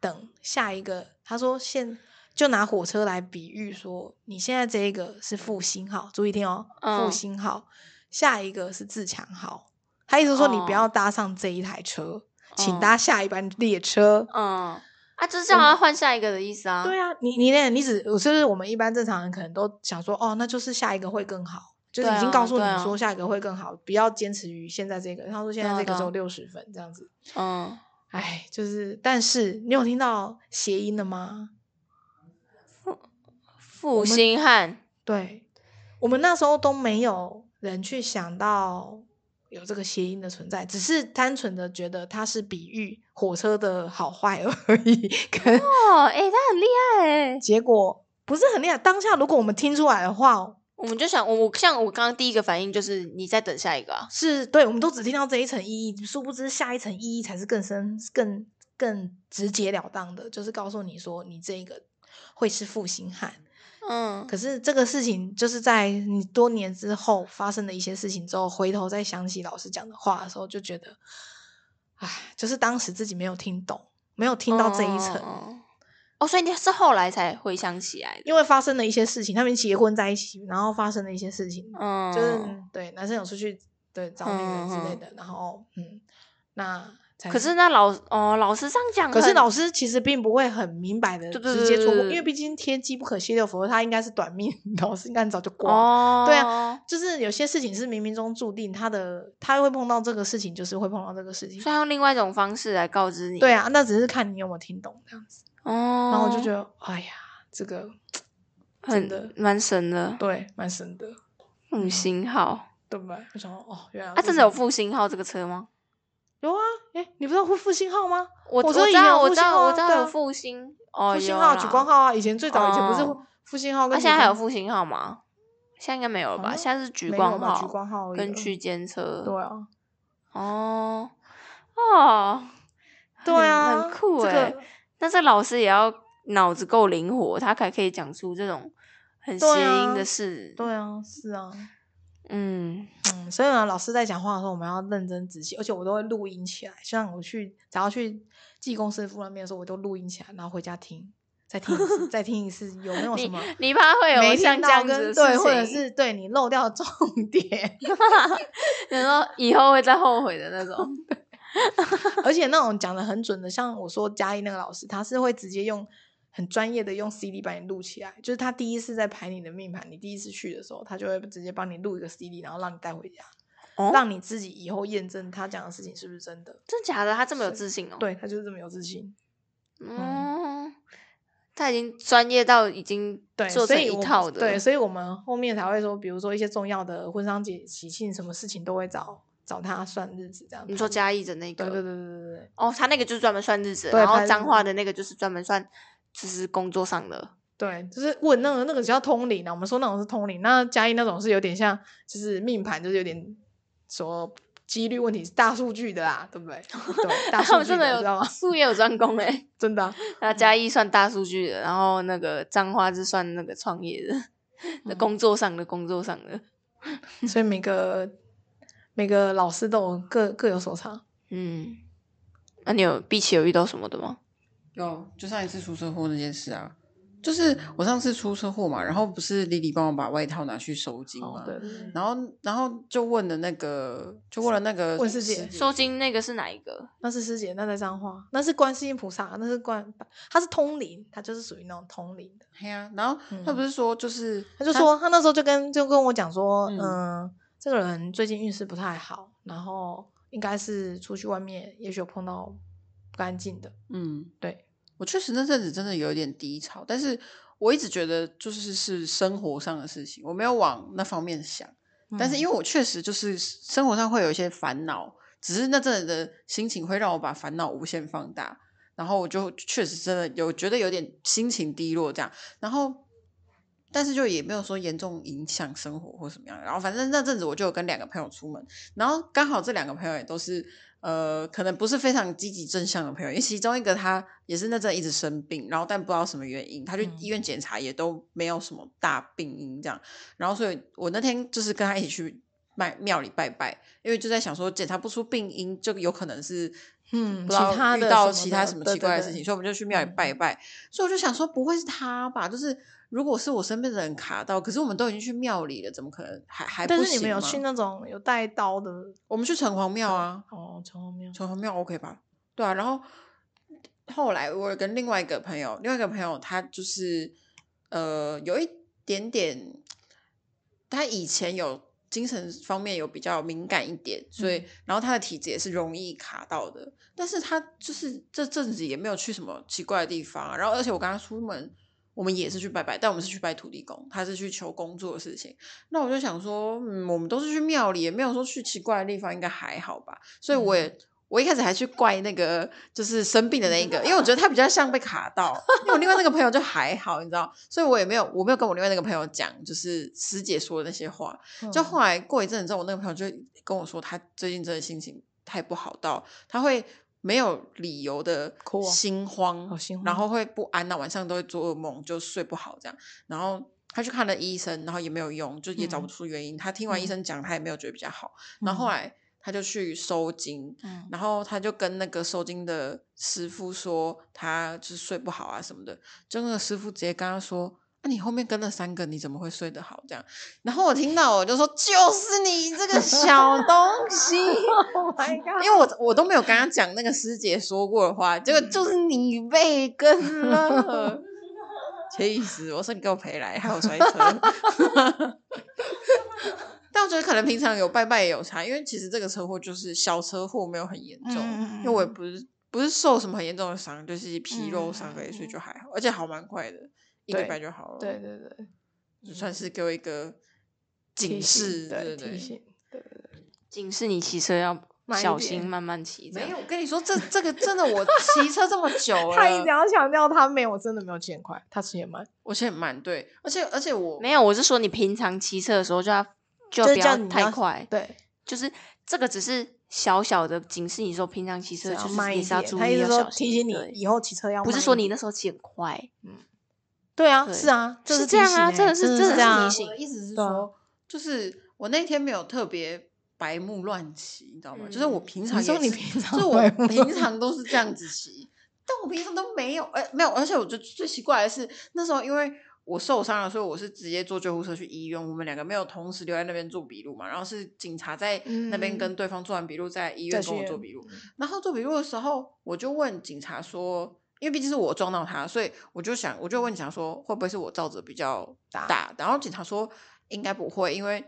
等下一个。他说现就拿火车来比喻说，你现在这一个是复兴号，注意听哦，复嗯兴号，下一个是自强号。他意思说你不要哦搭上这一台车，请嗯搭下一班列车。嗯啊，就是叫他换下一个的意思啊。对啊，你你那，你只就是我们一般正常人可能都想说，哦，那就是下一个会更好，就是对已经啊告诉对你啊说下一个会更好，不要坚持于现在这个。他说现在对啊这个对只有啊六十分这样子。嗯，哎，就是，但是你有听到谐音的吗？负心汉，对，我们那时候都没有人去想到有这个谐音的存在，只是单纯的觉得它是比喻火车的好坏而已。 [LAUGHS] 跟哦，哎、他很厉害哎、结果不是很厉害。当下如果我们听出来的话，我们就想，我我像我刚刚第一个反应就是你在等下一个、啊，是对，我们都只听到这一层意义，殊不知下一层意义才是更深、更更直截了当的，就是告诉你说你这个会是负心汉，嗯，可是这个事情就是在你多年之后发生的一些事情之后，回头再想起老师讲的话的时候，就觉得，唉，就是当时自己没有听懂，没有听到这一层，嗯嗯嗯嗯哦，所以你是后来才回想起来的，因为发生了一些事情，他们结婚在一起，然后发生了一些事情，嗯，就是对男生有出去对找女人之类的，然后嗯，那才可是那老哦，老师这样讲很，可是老师其实并不会很明白的对对直接戳破，对对因为毕竟天机不可泄露，否则他应该是短命， [LAUGHS] 老师应该很早就挂了。哦，对啊，就是有些事情是冥冥中注定，他的他会碰到这个事情，就是会碰到这个事情。所以他用另外一种方式来告知你，对，啊，那只是看你有没有听懂这样子。哦，然然后我就觉得，哎呀，这个真的嗯很蛮神的，对蛮神的，复兴号，对不对？我想说，哦，原来它这啊真是的有复兴号这个车吗？有啊？哎，你不知道复复兴号吗？我我我知道以知前有道我复知兴号道啊我对知道啊有复兴哦，复兴有号、啦举光，号啊，以前最早以前不是哦复兴号那跟现在还有举光复兴号吗？现在应该没有了吧？好像现在是举没有光吧号，举光号而已跟了区间车，对啊，哦哦，对很啊，很酷这哎、个那这老师也要脑子够灵活，他才可以讲出这种很谐对音啊的事。对啊，是啊，嗯，嗯，所以呢，老师在讲话的时候，我们要认真仔细，而且我都会录音起来。像我去，只要去技工师傅那边的时候，我都录音起来，然后回家听，再听一 [LAUGHS] 次，再听一次，有没有哦什你 [LAUGHS] 么你怕会有没像听这到样子的跟事情，对，或者是对你漏掉重点，然后以后会再后悔的那种。而且那种讲的很准的，像我说嘉义那个老师，他是会直接用。很专业的用 CD 把你录起来，就是他第一次在排你的命盘，你第一次去的时候，他就会直接帮你录一个 CD，然后让你带回家，[LAUGHS] 哦让你自己以后验证他讲的事情是不是真的。真假的？他这么有是自信哦？，对他就是这么有自信。嗯，他已经专业到已经对，做所成以一我们套的。对，所以我们后面才会说，比如说一些重要的婚丧节喜庆，什么事情都会找找他算日子这样。你说？嘉义的那个，对对对对对对哦，他那个就是专门算日子，对嗯然后他彰化的那个就是专门算，就是工作上的。对，就是问那个那个叫通灵啊，我们说那种是通灵，那嘉义那种是有点像就是命盘，就是有点说几率问题，是大数据的啦，对不对？ [LAUGHS] 对，大他数们据真的的，知道有吗？ [LAUGHS] 术业有专攻哎、真的啊、那嘉义算大数据的，然后那个彰化是算那个创 [LAUGHS] 业的，嗯那工作上的工作上的，所以每个每个老师都有各各有所长。嗯。那、你有碧琪有遇到什么的吗？有，就上一次出车祸那件事啊，就是我上次出车祸嘛，然后不是莉莉帮我把外套拿去收紧嘛，哦，对，对对然后然后就问了那个，就问了那个问师姐收金那个是哪一个？那是师姐，那在彰化，那是观世音菩萨，那是观，他是通灵，他就是属于那种通灵的。嘿啊，然后嗯他不是 [LAUGHS] 说就是，他就说，他那时候就跟就跟我讲说，嗯、嗯这个人最近运势不太好，然后应该是出去外面，也许有碰到不干净的。嗯，对，我确实那阵子真的有一点低潮，但是我一直觉得就是是生活上的事情，我没有往那方面想，但是因为为我确实就是生活上会有一些烦恼，只是那阵子的心情会让我把烦恼无限放大，然后我就确实真的有觉得有点心情低落这样，然后但是就也没有说严重影响生活或什么样，然后反正那阵子我就有跟两个朋友出门，然后刚好这两个朋友也都是呃，可能不是非常积极正向的朋友，因为其中一个他也是那阵一直生病，然后但不知道什么原因，他去嗯医院检查也都没有什么大病因这样，然后所以我那天就是跟他一起去拜庙里拜拜，因为就在想说检查不出病因，就有可能是嗯不知道其他遇的到什么其他的什么对奇对怪的对事情，所以我们就去庙里嗯拜一拜。所以我就想说，不会是他吧？就是如果是我身边的人卡到，可是我们都已经去庙里了，怎么可能还还不但行是你们有吗去那种有带刀的我们去城隍庙啊，哦，城隍庙，城隍庙 OK 吧？对啊，然后后来我有跟另外一个朋友，另外一个朋友他就是呃有一点点，他以前有精神方面有比较敏感一点，所以、嗯然后他的体质也是容易卡到的，但是他就是这阵子也没有去什么奇怪的地方啊、然后而且我跟他出门。我们也是去拜拜，但我们是去拜土地公，他是去求工作的事情。那我就想说，嗯，我们都是去庙里，也没有说去奇怪的地方，应该还好吧。所以我也、我一开始还去怪那个就是生病的那一个，因为我觉得他比较像被 [LAUGHS] 卡到，因为我另外那个朋友就还好，你知道，所以我也没有我没有跟我另外那个朋友讲，就是师姐说的那些话。就嗯后来过一阵子之后，我那个朋友就跟我说，他最近真的心情太不好到，他会。没有理由的哭哦心慌，好心慌 [LAUGHS] 然后会不安，那晚上都会做噩梦，就睡不好这样。然后他去看了医生，然后也没有用，就也找不嗯出原因。他听完医嗯生讲，他也没有觉得比较好。然后后来他就去收精，嗯然后他就跟那个收金的师傅说，他就是睡不好啊什么的。就那个师傅直接跟他说：“那、你后面跟了三个，你怎么会睡得好？”这样。然后我听到我就说：“就是你这个小东西 Oh my！” 因为我我都没有跟他讲那个师姐说过的话，结果就是你被跟了，气死！我说你给我赔来，害我摔车。 [LAUGHS] 但我觉得可能平常有拜拜也有差，因为其实这个车祸就是小车祸，没有很严嗯重，嗯嗯因为我也不是不是受什么很严重的伤，就是皮肉嗯伤而已，所以嗯就还好，而且好蛮快的，一个对礼拜就好了。对，对对，就算是给我一个提警醒示，对对提对。醒，对对对，警示你骑车要慢一小点心，慢慢骑。这没样有，我跟你说，这这个真的，我骑车这么 [LAUGHS] 久了，他一直要强调他没有，真的没有骑很快，他骑很慢，我现在蛮对，而且而且我没有，我是说你平常骑车的时候就要就就是不叫要你太要快，对，就是这个只是小小的警示你说平常骑车是要就是慢也一是要点。注他意一直要说小提心醒你对以后骑车要慢一点，不是说你那时候骑很快，对啊，对是啊，是是这样啊真真的的是是真的这是样提啊醒我的意思是对啊说，就是我那天没有特别白目乱骑，你知道吗？就是我嗯平你常也说你是平就常是我白目平常都是这样子骑，但我平常都没有，哎、没有，而且我觉得最奇怪的是那时候因为。我受伤了，所以我是直接坐救护车去医院。我们两个没有同时留在那边做笔录嘛，然后是警察在那边嗯跟对方做完笔录，在医院再跟我去嗯做笔录。然后做笔录的时候，我就问警察说，因为毕竟是我撞到他，所以我就想，我就问警察说，会不会是我造责比较嗯大大？然后警察说应该不会，因为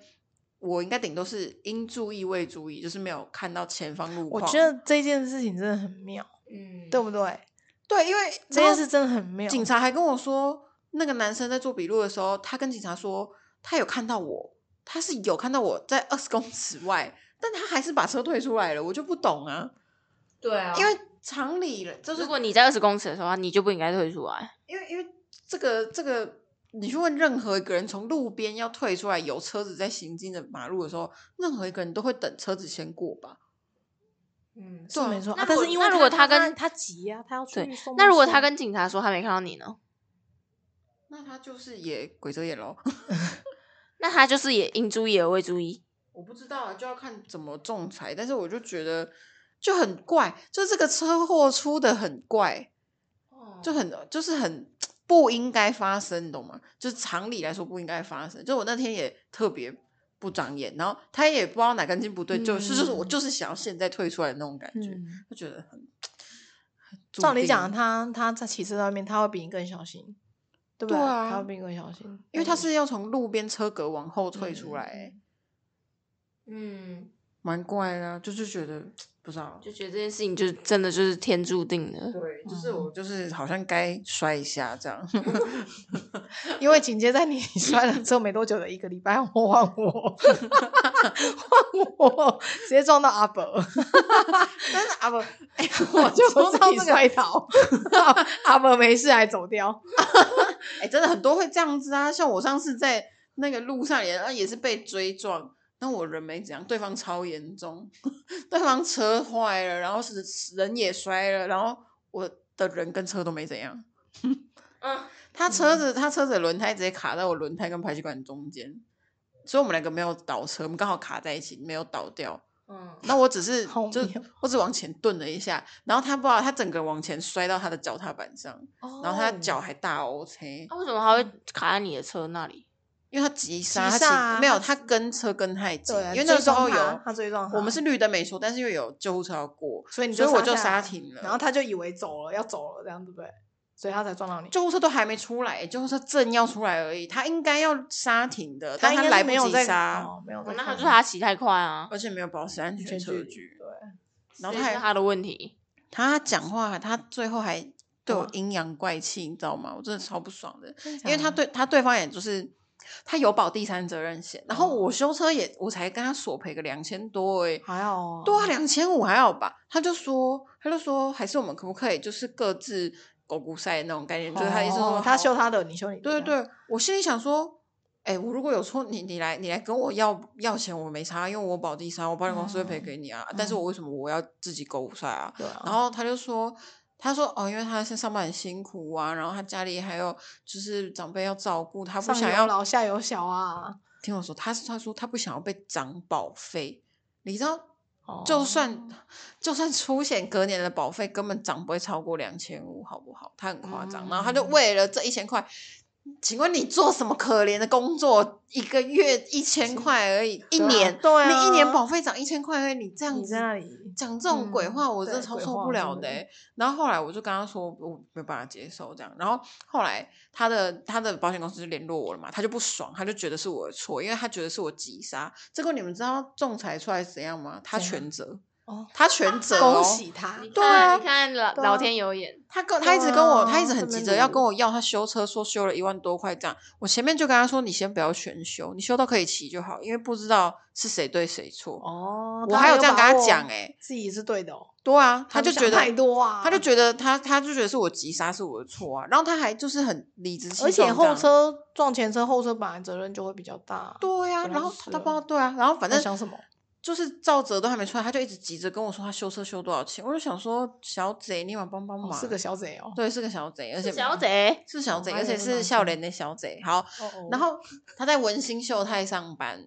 我应该顶多是因注意未注意，就是没有看到前方路我况。觉得这件事情真的很妙，嗯，对不对？对，因为这件事真的很妙。警察还跟我说，那个男生在做笔录的时候，他跟警察说他有看到我，他是有看到我在二十公尺外，但他还是把车退出来了，我就不懂啊，对啊因为常理了，就是如果你在二十公尺的时候，你就不应该退出来。因为因为这个这个，你去问任何一个人，从路边要退出来，有车子在行进的马路的时候，任何一个人都会等车子先过吧？嗯，是没错，那啊但如是果因那为如果他他跟他急啊，他要出对去送那如果他公司跟警察说他没看到你呢？那他就是也鬼遮眼喽。那他就是也应注意而未注意。 [LAUGHS] 我不知道啊，就要看怎么仲裁，但是我就觉得就很怪，就这个车祸出的很怪，哦哦就很就是很不应该发生，你懂吗？就是常理来说不应该发生。就我那天也特别不长眼，然后他也不知道哪根筋不对，就是就是我嗯就是想要现在退出来的那种感觉。嗯，就觉得很。注照理讲，定，他他在骑车在外面，他会比你更小心，对不对啊他会比你更小心，因为他对是要从路边车格往后退嗯出来、欸，嗯，蛮、怪的、啊，就是觉得不知道，就觉得这件事情就是真的就是天注定的。对，就是嗯我就是好像该摔一下这样，因为紧接在你 [LAUGHS] 摔了之后没多久的一个礼拜，我换我换我直接撞到阿伯， [LAUGHS] 但是啊不，哎、我我就说说到自己这个，哎、摔倒，阿伯没事还走掉，哎真的很多会这样子啊，像我上次在那个路上也啊也是被追撞。那我人没怎样，对方超严重，对方车坏了，然后是人也摔了，然后我的人跟车都没怎样。嗯，他车子、他车子的轮胎直接卡在我轮胎跟排气管中间，所以我们两个没有倒车，我们刚好卡在一起，没有倒掉。嗯，那我只是好就妙我只往前顿了一下，然后他不知道他整个往前摔到他的脚踏板上，然后哦他脚还大 O K，、哦那为什么他会卡在你的车那里？因为他急刹，急他刹啊没有他他跟车跟太紧，对啊，因为那时候追撞有他他追撞他，我们是绿灯没错，但是因为有救护车要过，所以你所以我就就下来刹停了然后他就以为走了要走了这样对不对？所以他才撞到你，救护车都还没出来，救护车正要出来而已，他应该要刹停的，但应该来是不没有及在刹，哦没有在哦看，那他就是他骑太快啊，而且没有保持安全全车距距离，。对，然后所以他是还他的问题。他讲话，他最后还对我哇阴阳怪气，你知道吗？我真的超不爽的，因因为他对他对方也就是他有保第三责任险，然哦后我修车也我才跟他索赔个两千多哎、欸，还好哦对啊，两千五还好吧？他就说他就说还是我们可不可以就是各自狗骨赛那种概念，就是他意思说哦他好修他的，你修你的，对对，对，我心里想说，哎、我如果有错，你你来你来跟我要要钱，我没差，因为我保第三，我保险公司会赔嗯给你啊。但是我为什么我要自己购物赛啊？对啊，然后他就说，他说哦，因为他是上班很辛苦啊，然后他家里还有就是长辈要照顾，他不上想有要老下有小啊，听我说，他是他说他不想要被涨保费，你知道，哦就算、 [LAUGHS] 就算出险隔年的保费根本涨不会超过两千五，好不好？他很夸张，然后他就嗯为了这一千块，请问你做什么可怜的工作？一个月一千块而已，一对啊年，对你一年啊保费涨一千块而已，你这样你子在那里讲这种鬼嗯话，我真的对超鬼受话不了真的的欸、然后后来我就跟他说，我没办法接受这样。然后后来他的他的保险公司就联络我了嘛，他就不爽，他就觉得是我的错，因为他觉得是我急杀。结果你们知道仲裁出来是怎样吗？他怎样全责，哦，他全责、哦，恭喜他，你对啊看，你看老对啊老天有眼，他跟对他一直跟我，他一啊直很这边急着要努跟我要他修车，说修了一万多块这样。我前面就跟他说，你先不要全修，你修到可以骑就好，因为不知道是谁对谁错。哦，我还有这样跟他把握讲欸自己是对的哦，对啊，他他不就想觉得太多啊他就觉得他他就觉得是我急刹是我的错啊，然后他还就是很理直气而且壮这后样，车撞前车，后车本来责任就会比较大，对啊，本来然后就是他了不知道对啊，然后反在正想什么？就是赵哲都还没出来，他就一直急着跟我说他修车修多少钱，我就想说小贼，你晚帮帮忙，哦是个小贼哦，对是个小贼，而且小贼，是小贼，哦而还且有那是种笑脸的小贼。好，哦哦然后他在文心秀泰上班，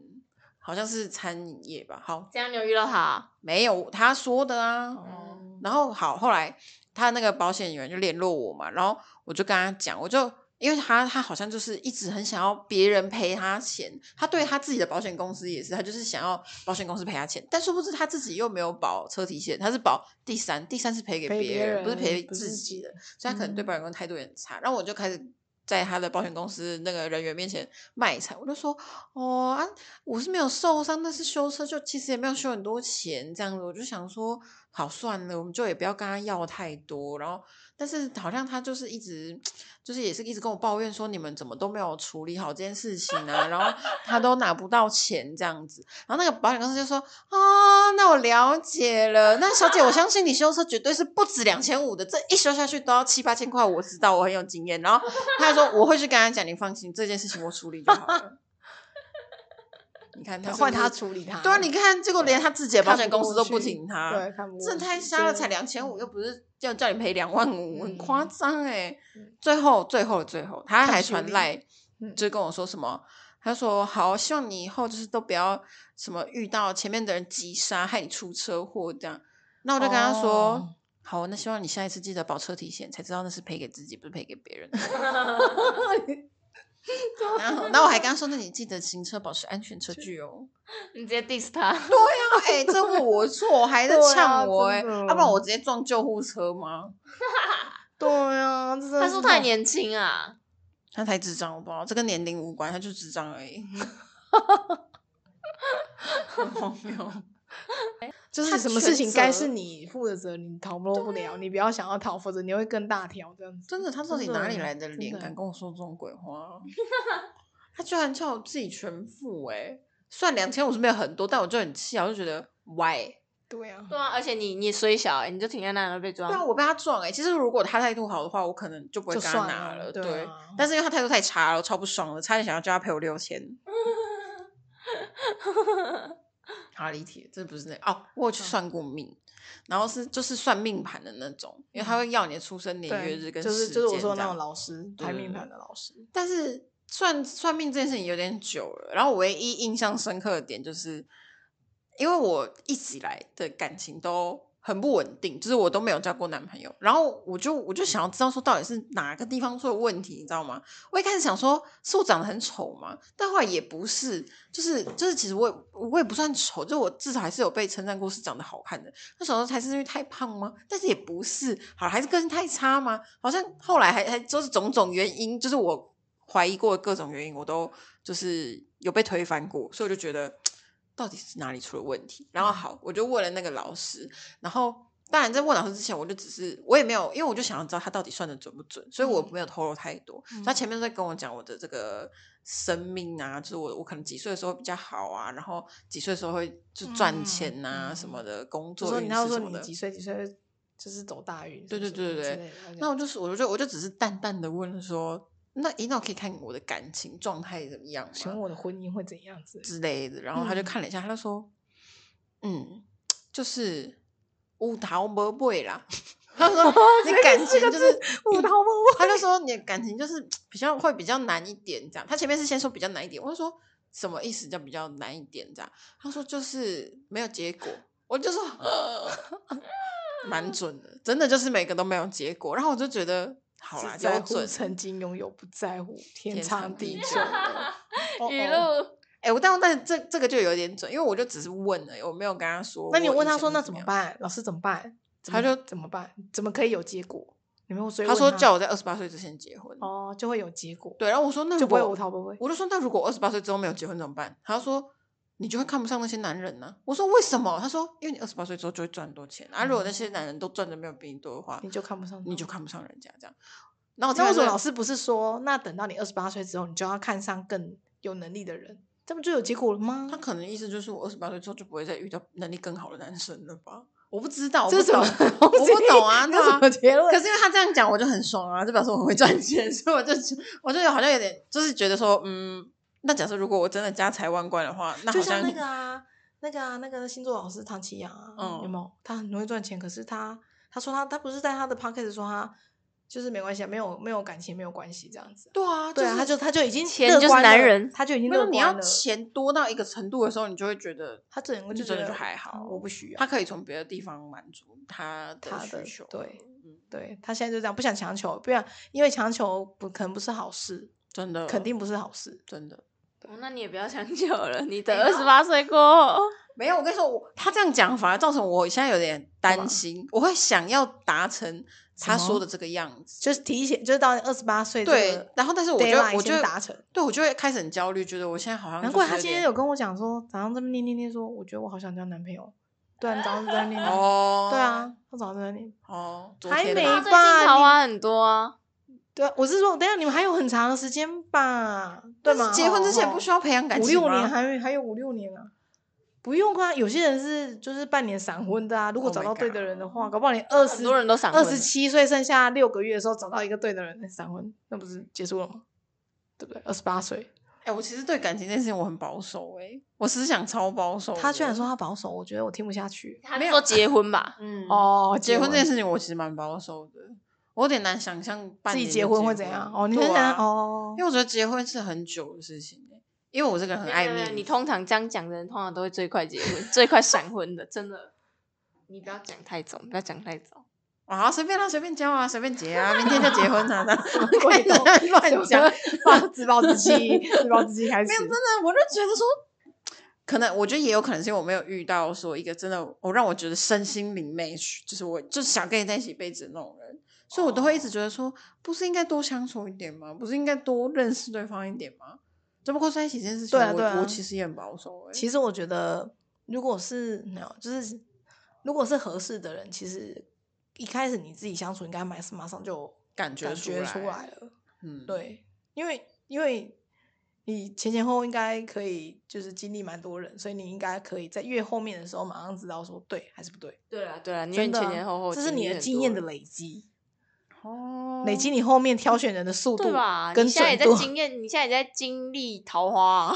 好像是餐饮业吧，好这样你有遇到他？没有他说的啊，哦然后好，后来他那个保险员就联络我嘛，然后我就跟他讲，我就因为他他好像就是一直很想要别人赔他钱，他对他自己的保险公司也是，他就是想要保险公司赔他钱，但殊不知他自己又没有保车体险，他是保第三，第三是赔给赔别别不是人赔不自是己的，所以他可能对保险公司态度也很差。然后我就开始。在他的保险公司那个人员面前卖惨，我就说哦啊，我是没有受伤，但是修车就其实也没有修很多钱这样子，我就想说，好算了，我们就也不要跟他要太多。然后，但是好像他就是一直，就是也是一直跟我抱怨说，你们怎么都没有处理好这件事情啊，然后他都拿不到钱这样子。然后那个保险公司就说，啊，那我了解了，那小姐，我相信你修车绝对是不止两千五的，这一修下去都要七八千块，我知道，我很有经验。然后他还说，我会去跟他讲，你放心，这件事情我处理就好了。你看他是不换他是处理他，对啊，你看，结果连他自己的保看险不公司都过不去挺他，对，看不过这去太瞎了，才真的两千五，又不是要叫你赔两万五，很夸嗯张哎嗯。最后，最后，最后，他看还实传力赖，嗯就跟我说什么，他说好，希望你以后就是都不要什么遇到前面的人急刹，害你出车祸这样。那我就跟他说。哦好，那希望你下一次记得保车体险，才知道那是赔给自己，不是赔给别人。 [LAUGHS] 然后，那我还跟他说，那你记得行车保持安全车距哦。你直接 diss 他，哎、欸，这不我错，还在对啊呛我哎、欸，真要、的不然我直接撞救护车吗？对啊，这真他的是不是是太那年轻啊？他才智障，我不知道，这跟年龄无关，他就智障而已。很荒谬，就是他什么全事情该是责你负的责，你逃脱不了，你不要想要逃，否则你会更大条这样子。真的，他到底啊真的哪里来的脸真的敢跟我说这种鬼话？他居然叫我自己全付哎、欸，虽然两千五是没有很多，但我就很气啊，我就觉得 why？对啊，对啊，而且你你也虽小、欸，你就停在那然后被对啊，抓，我被他撞哎、欸。其实如果他态度好的话，我可能就不会就跟他算拿了了，对对啊。但是因为他态度太差了，我超不爽的，差点想要叫他赔我 [LAUGHS] 六千。哈利铁，这不是那哦，我有去嗯算过命，然后是就是算命盘的那种，因为他会要你的出生年月日嗯对，跟就是时就是我间说这那样种老师对排对命对盘的老师，但是算算命这件事情有点久了，然后我唯一印象深刻的点就是，因为我一直以来的感情都很不稳定，就是我都没有交过男朋友，然后我就我就想要知道说到底是哪个地方出了问题，你知道吗？我一开始想说是我长得很丑嘛，但后来也不是，就是就是其实我也我也不算丑，就我至少还是有被称赞过是长得好看的。那小时候才是因为太胖吗？但是也不是，好还是个性太差吗？好像后来还还就是种种原因，就是我怀疑过的各种原因，我都就是有被推翻过，所以我就觉得到底是哪里出了问题。然后嗯好，我就问了那个老师，然后当然在问老师之前，我就只是我也没有，因为我就想要知道他到底算的准不准，所以我嗯没有透露太多。所以嗯他前面都在跟我讲我的这个生命啊，就是我我可能几岁的时候会比较好啊，然后几岁的时候会就赚嗯钱呐、什么嗯的，工就作说运你势要什说么你的。几岁几岁就是走大运什对么对什么之类对的，对对，那我就是我就我就只是淡淡的问说，那引导可以看我的感情状态怎么样请问吗我的婚姻会怎样子？之类的。然后他就嗯看了一下，他就说：“嗯，就是五桃不背啦。” [LAUGHS] [LAUGHS] 他说：“你感情就是我的好梦我他就说你的感情就是比较会比较难一点这样。他前面是先说比较难一点，我就说什么意思叫比较难一点这样？他说就是没有结果，我就说 [LAUGHS] 蛮准的，真的就是每个都没有结果。然后我就觉得 [LAUGHS] 好啦，只在有乎准。曾经拥有，不在乎天天长长地地久久的。[LAUGHS] 哦语哦录哎、我但但这这个就有点准，因为我就只是问了，我没有跟他说。那你问他说那怎怎么？办？老师怎么办？怎他么就怎么办？怎么可以有结果？你没有追他问说叫我在二十八岁之前结婚。哦，就会有结果，对，然后我说那就不如果会无桃不会。我就说，那如果二十八岁之后没有结婚怎么办？他说，你就会看不上那些男人呢、我说为什么？他说，因为你二十八岁之后就会赚很多钱，啊，如果那些男人都赚的没有比你多的话，你就看不上他你就看不上人家这样。那我那听为到什这哦么个老师不是说，那等到你二十八岁之后，你就要看上更有能力的人，这不就有结果了吗他？可能意思就是我二十八岁之后就不会再遇到能力更好的男生了吧？我不知道，我这不是什懂， [LAUGHS] 么我东西？不懂啊， [LAUGHS] 这是对什啊么。结论？可是因为他这样讲，我就很爽啊，就表示我很会赚钱，所以我就我就好像有点就是觉得说，嗯，那假设如果我真的家财万贯的话，那好就像那个啊，那个啊，那个星座老师唐奇阳啊，嗯有没有？他很会赚钱，可是他他说他他不是在他的 p o c k e t 说他就是没关系，啊，没有没有感情没有关系这样子啊。对啊，对啊，是他就他就已经钱乐就是观男了人他就已经没有乐你观要了。钱多到一个程度的时候，你就会觉得他整个就觉真得的就还好，嗯我不需要他可以从别的地方满足他他需的求。对嗯，对他现在就这样，不想强求，不然因为强求不可能不是好事，真的肯定不是好事。真的哦那你也不要强求了，你等二十八岁过后，没有。我跟你说，我他这样讲反而造成我现在有点担心，我会想要达成他什么说的这个样子。就是提前，就是到二十八岁这对个，然后但是我觉得啊 deadline 我就先会达成。对我就会开始很焦虑，觉得我现在好像难怪就是他今天点有跟我讲说，早上这么念念念说，我觉得我好想交男朋友。对啊，你早上在那边念念。哦，对啊，他早上在那边念。哦，昨还天没他吧最吧近桃你花很多啊。对啊，我是说，等一下你们还有很长的时间吧？对但吗？是结婚之前哦不需要培养感五情六吗年，还有还有五六年啊。不用啊，有些人是就是半年闪婚的啊。如果 Oh 找 my 到对的 God 人的话，搞不好你二十很多人都闪二婚十七岁剩下六个月的时候找到一个对的人再闪婚，那不是结束了吗？对不对？二十八岁，哎、我其实对感情这件事情我很保守哎、我思想超保守的。他居然说他保守，我觉得我听不下去。他没有说结婚吧，嗯哦，结婚这件件事。事情我其实蛮保守的，我有点难想象半自己年就结结婚会怎样？哦，你对很想啊哦因为我觉得结婚是很久的事情欸因为我这个人很爱没有没有面你子，通常这样讲的人，通常都会最快结婚， [LAUGHS] 最快闪婚的，真的。你不要讲太早，不要讲太早。啊随便啦、随便交啊，随便结啊，明天就结婚啊，那 [LAUGHS] [LAUGHS] 鬼开始懂在那边乱讲，暴自暴自 [LAUGHS] 弃，自暴自弃开始没有，真的，我就觉得说，可能我觉得也有可能是因为我没有遇到说一个真的，我让我觉得身心灵 match，就是我就是想跟你在一起一辈子的那种人，所以我都会一直觉得说，不是应该多相处一点吗？不是应该多认识对方一点吗？只不过在一起这件事情，对啊我对啊我其实也很保守、欸，其实我觉得，如果是没有，就是如果是合适的人，其实一开始你自己相处，应该马马上就感觉感觉出来来，了。嗯，，对，因为因为你前前后后应该可以，就是经历蛮多人，所以你应该可以在越后面的时候，马上知道说对还是不对。对啊，对啊，你真的啊前前后后这是你的经经验验的累。累积。哦，累积你后面挑选人的速度啊对吧？跟你现在准也在度。啊经验，你现在也在经历桃 [LAUGHS] 花、啊，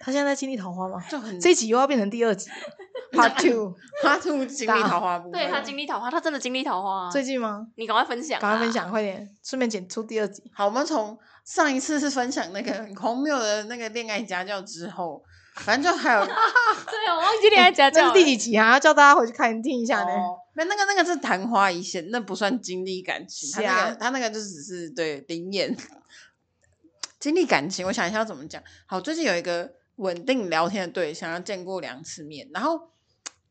他现在在经历桃花吗？就很这一集又要变成第二集了 [LAUGHS] ，Part Two。 [LAUGHS] 他兔经历桃花不？对他经历桃花，他真的经历桃花、啊。最近吗？你赶快分享、啊赶快分。享，快点，顺便剪出第二 [LAUGHS] 集。好，我们从上一次是分享那个 [LAUGHS] 很荒谬的那个恋爱家教之后，反正就还有对，哦我忘记恋爱家 [LAUGHS] 教那了。是第几集啊？要叫大家回去看听一下呢。哦，那那个那个是昙花一现，那不算经历感情，他是那啊个他那个就只是对灵验经历感情。我想一下要怎么讲。好，最近有一个稳定聊天的对象，要见过两次面，然后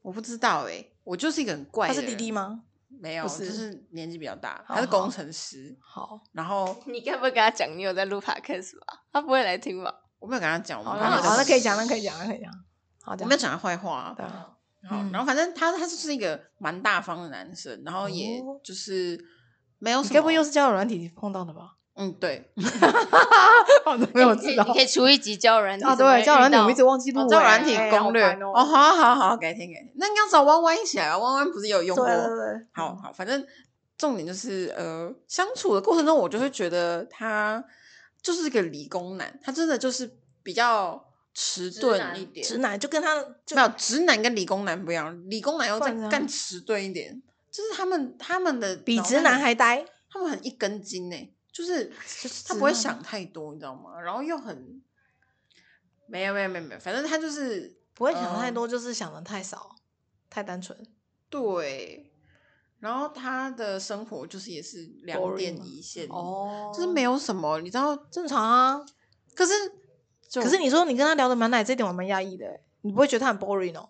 我不知道哎、我就是一个很怪他的是人，弟弟？吗？没有，不是就是年纪比较大，好他是好工程师。好，然后你该不会跟他讲你有在录 podcast 吧？他不会来听吧？我没有跟他讲，我哦好，们那还没好，在那可以试讲，那可以讲，那可以讲。好，我讲没有。讲他坏话啊。对啊好，嗯然后反正他他就是一个蛮大方的男生，然后也哦就是没有什你么，该不会哦又是交友软体碰到的 [LAUGHS] 吧？嗯对，好的， [LAUGHS] 没有你可知以道你可以出一集教人啊。对，交友软体我们一直我忘记录哦欸。这软体哎攻略、好烦哦，哦。啊好好好，改天改天。那你要找弯弯一起来啊，弯弯不是也有用对嗯对过？对，对好，好，反正重点就是呃，相处的过程中，我就会觉得他就是一个理工男，他真的就是比较迟直钝男一点，直男就跟他就没有直男跟理工男不一样，理工男又再不然呢更迟钝一点，就是他们他们的比脑袋直男很还呆，他们很一根筋呢、就是就是他直不会男想太多，你知道吗？然后又很没有没有没有没有，反正他就是不会想太嗯多，就是想的太少，太单纯。对，然后他的生活就是也是两 Boring 点吗一线，哦就是没有什么，你知道？正常啊。可是就可是你说你跟他聊的蛮来，这点我蛮压抑的欸，你不会觉得他很 boring 哦？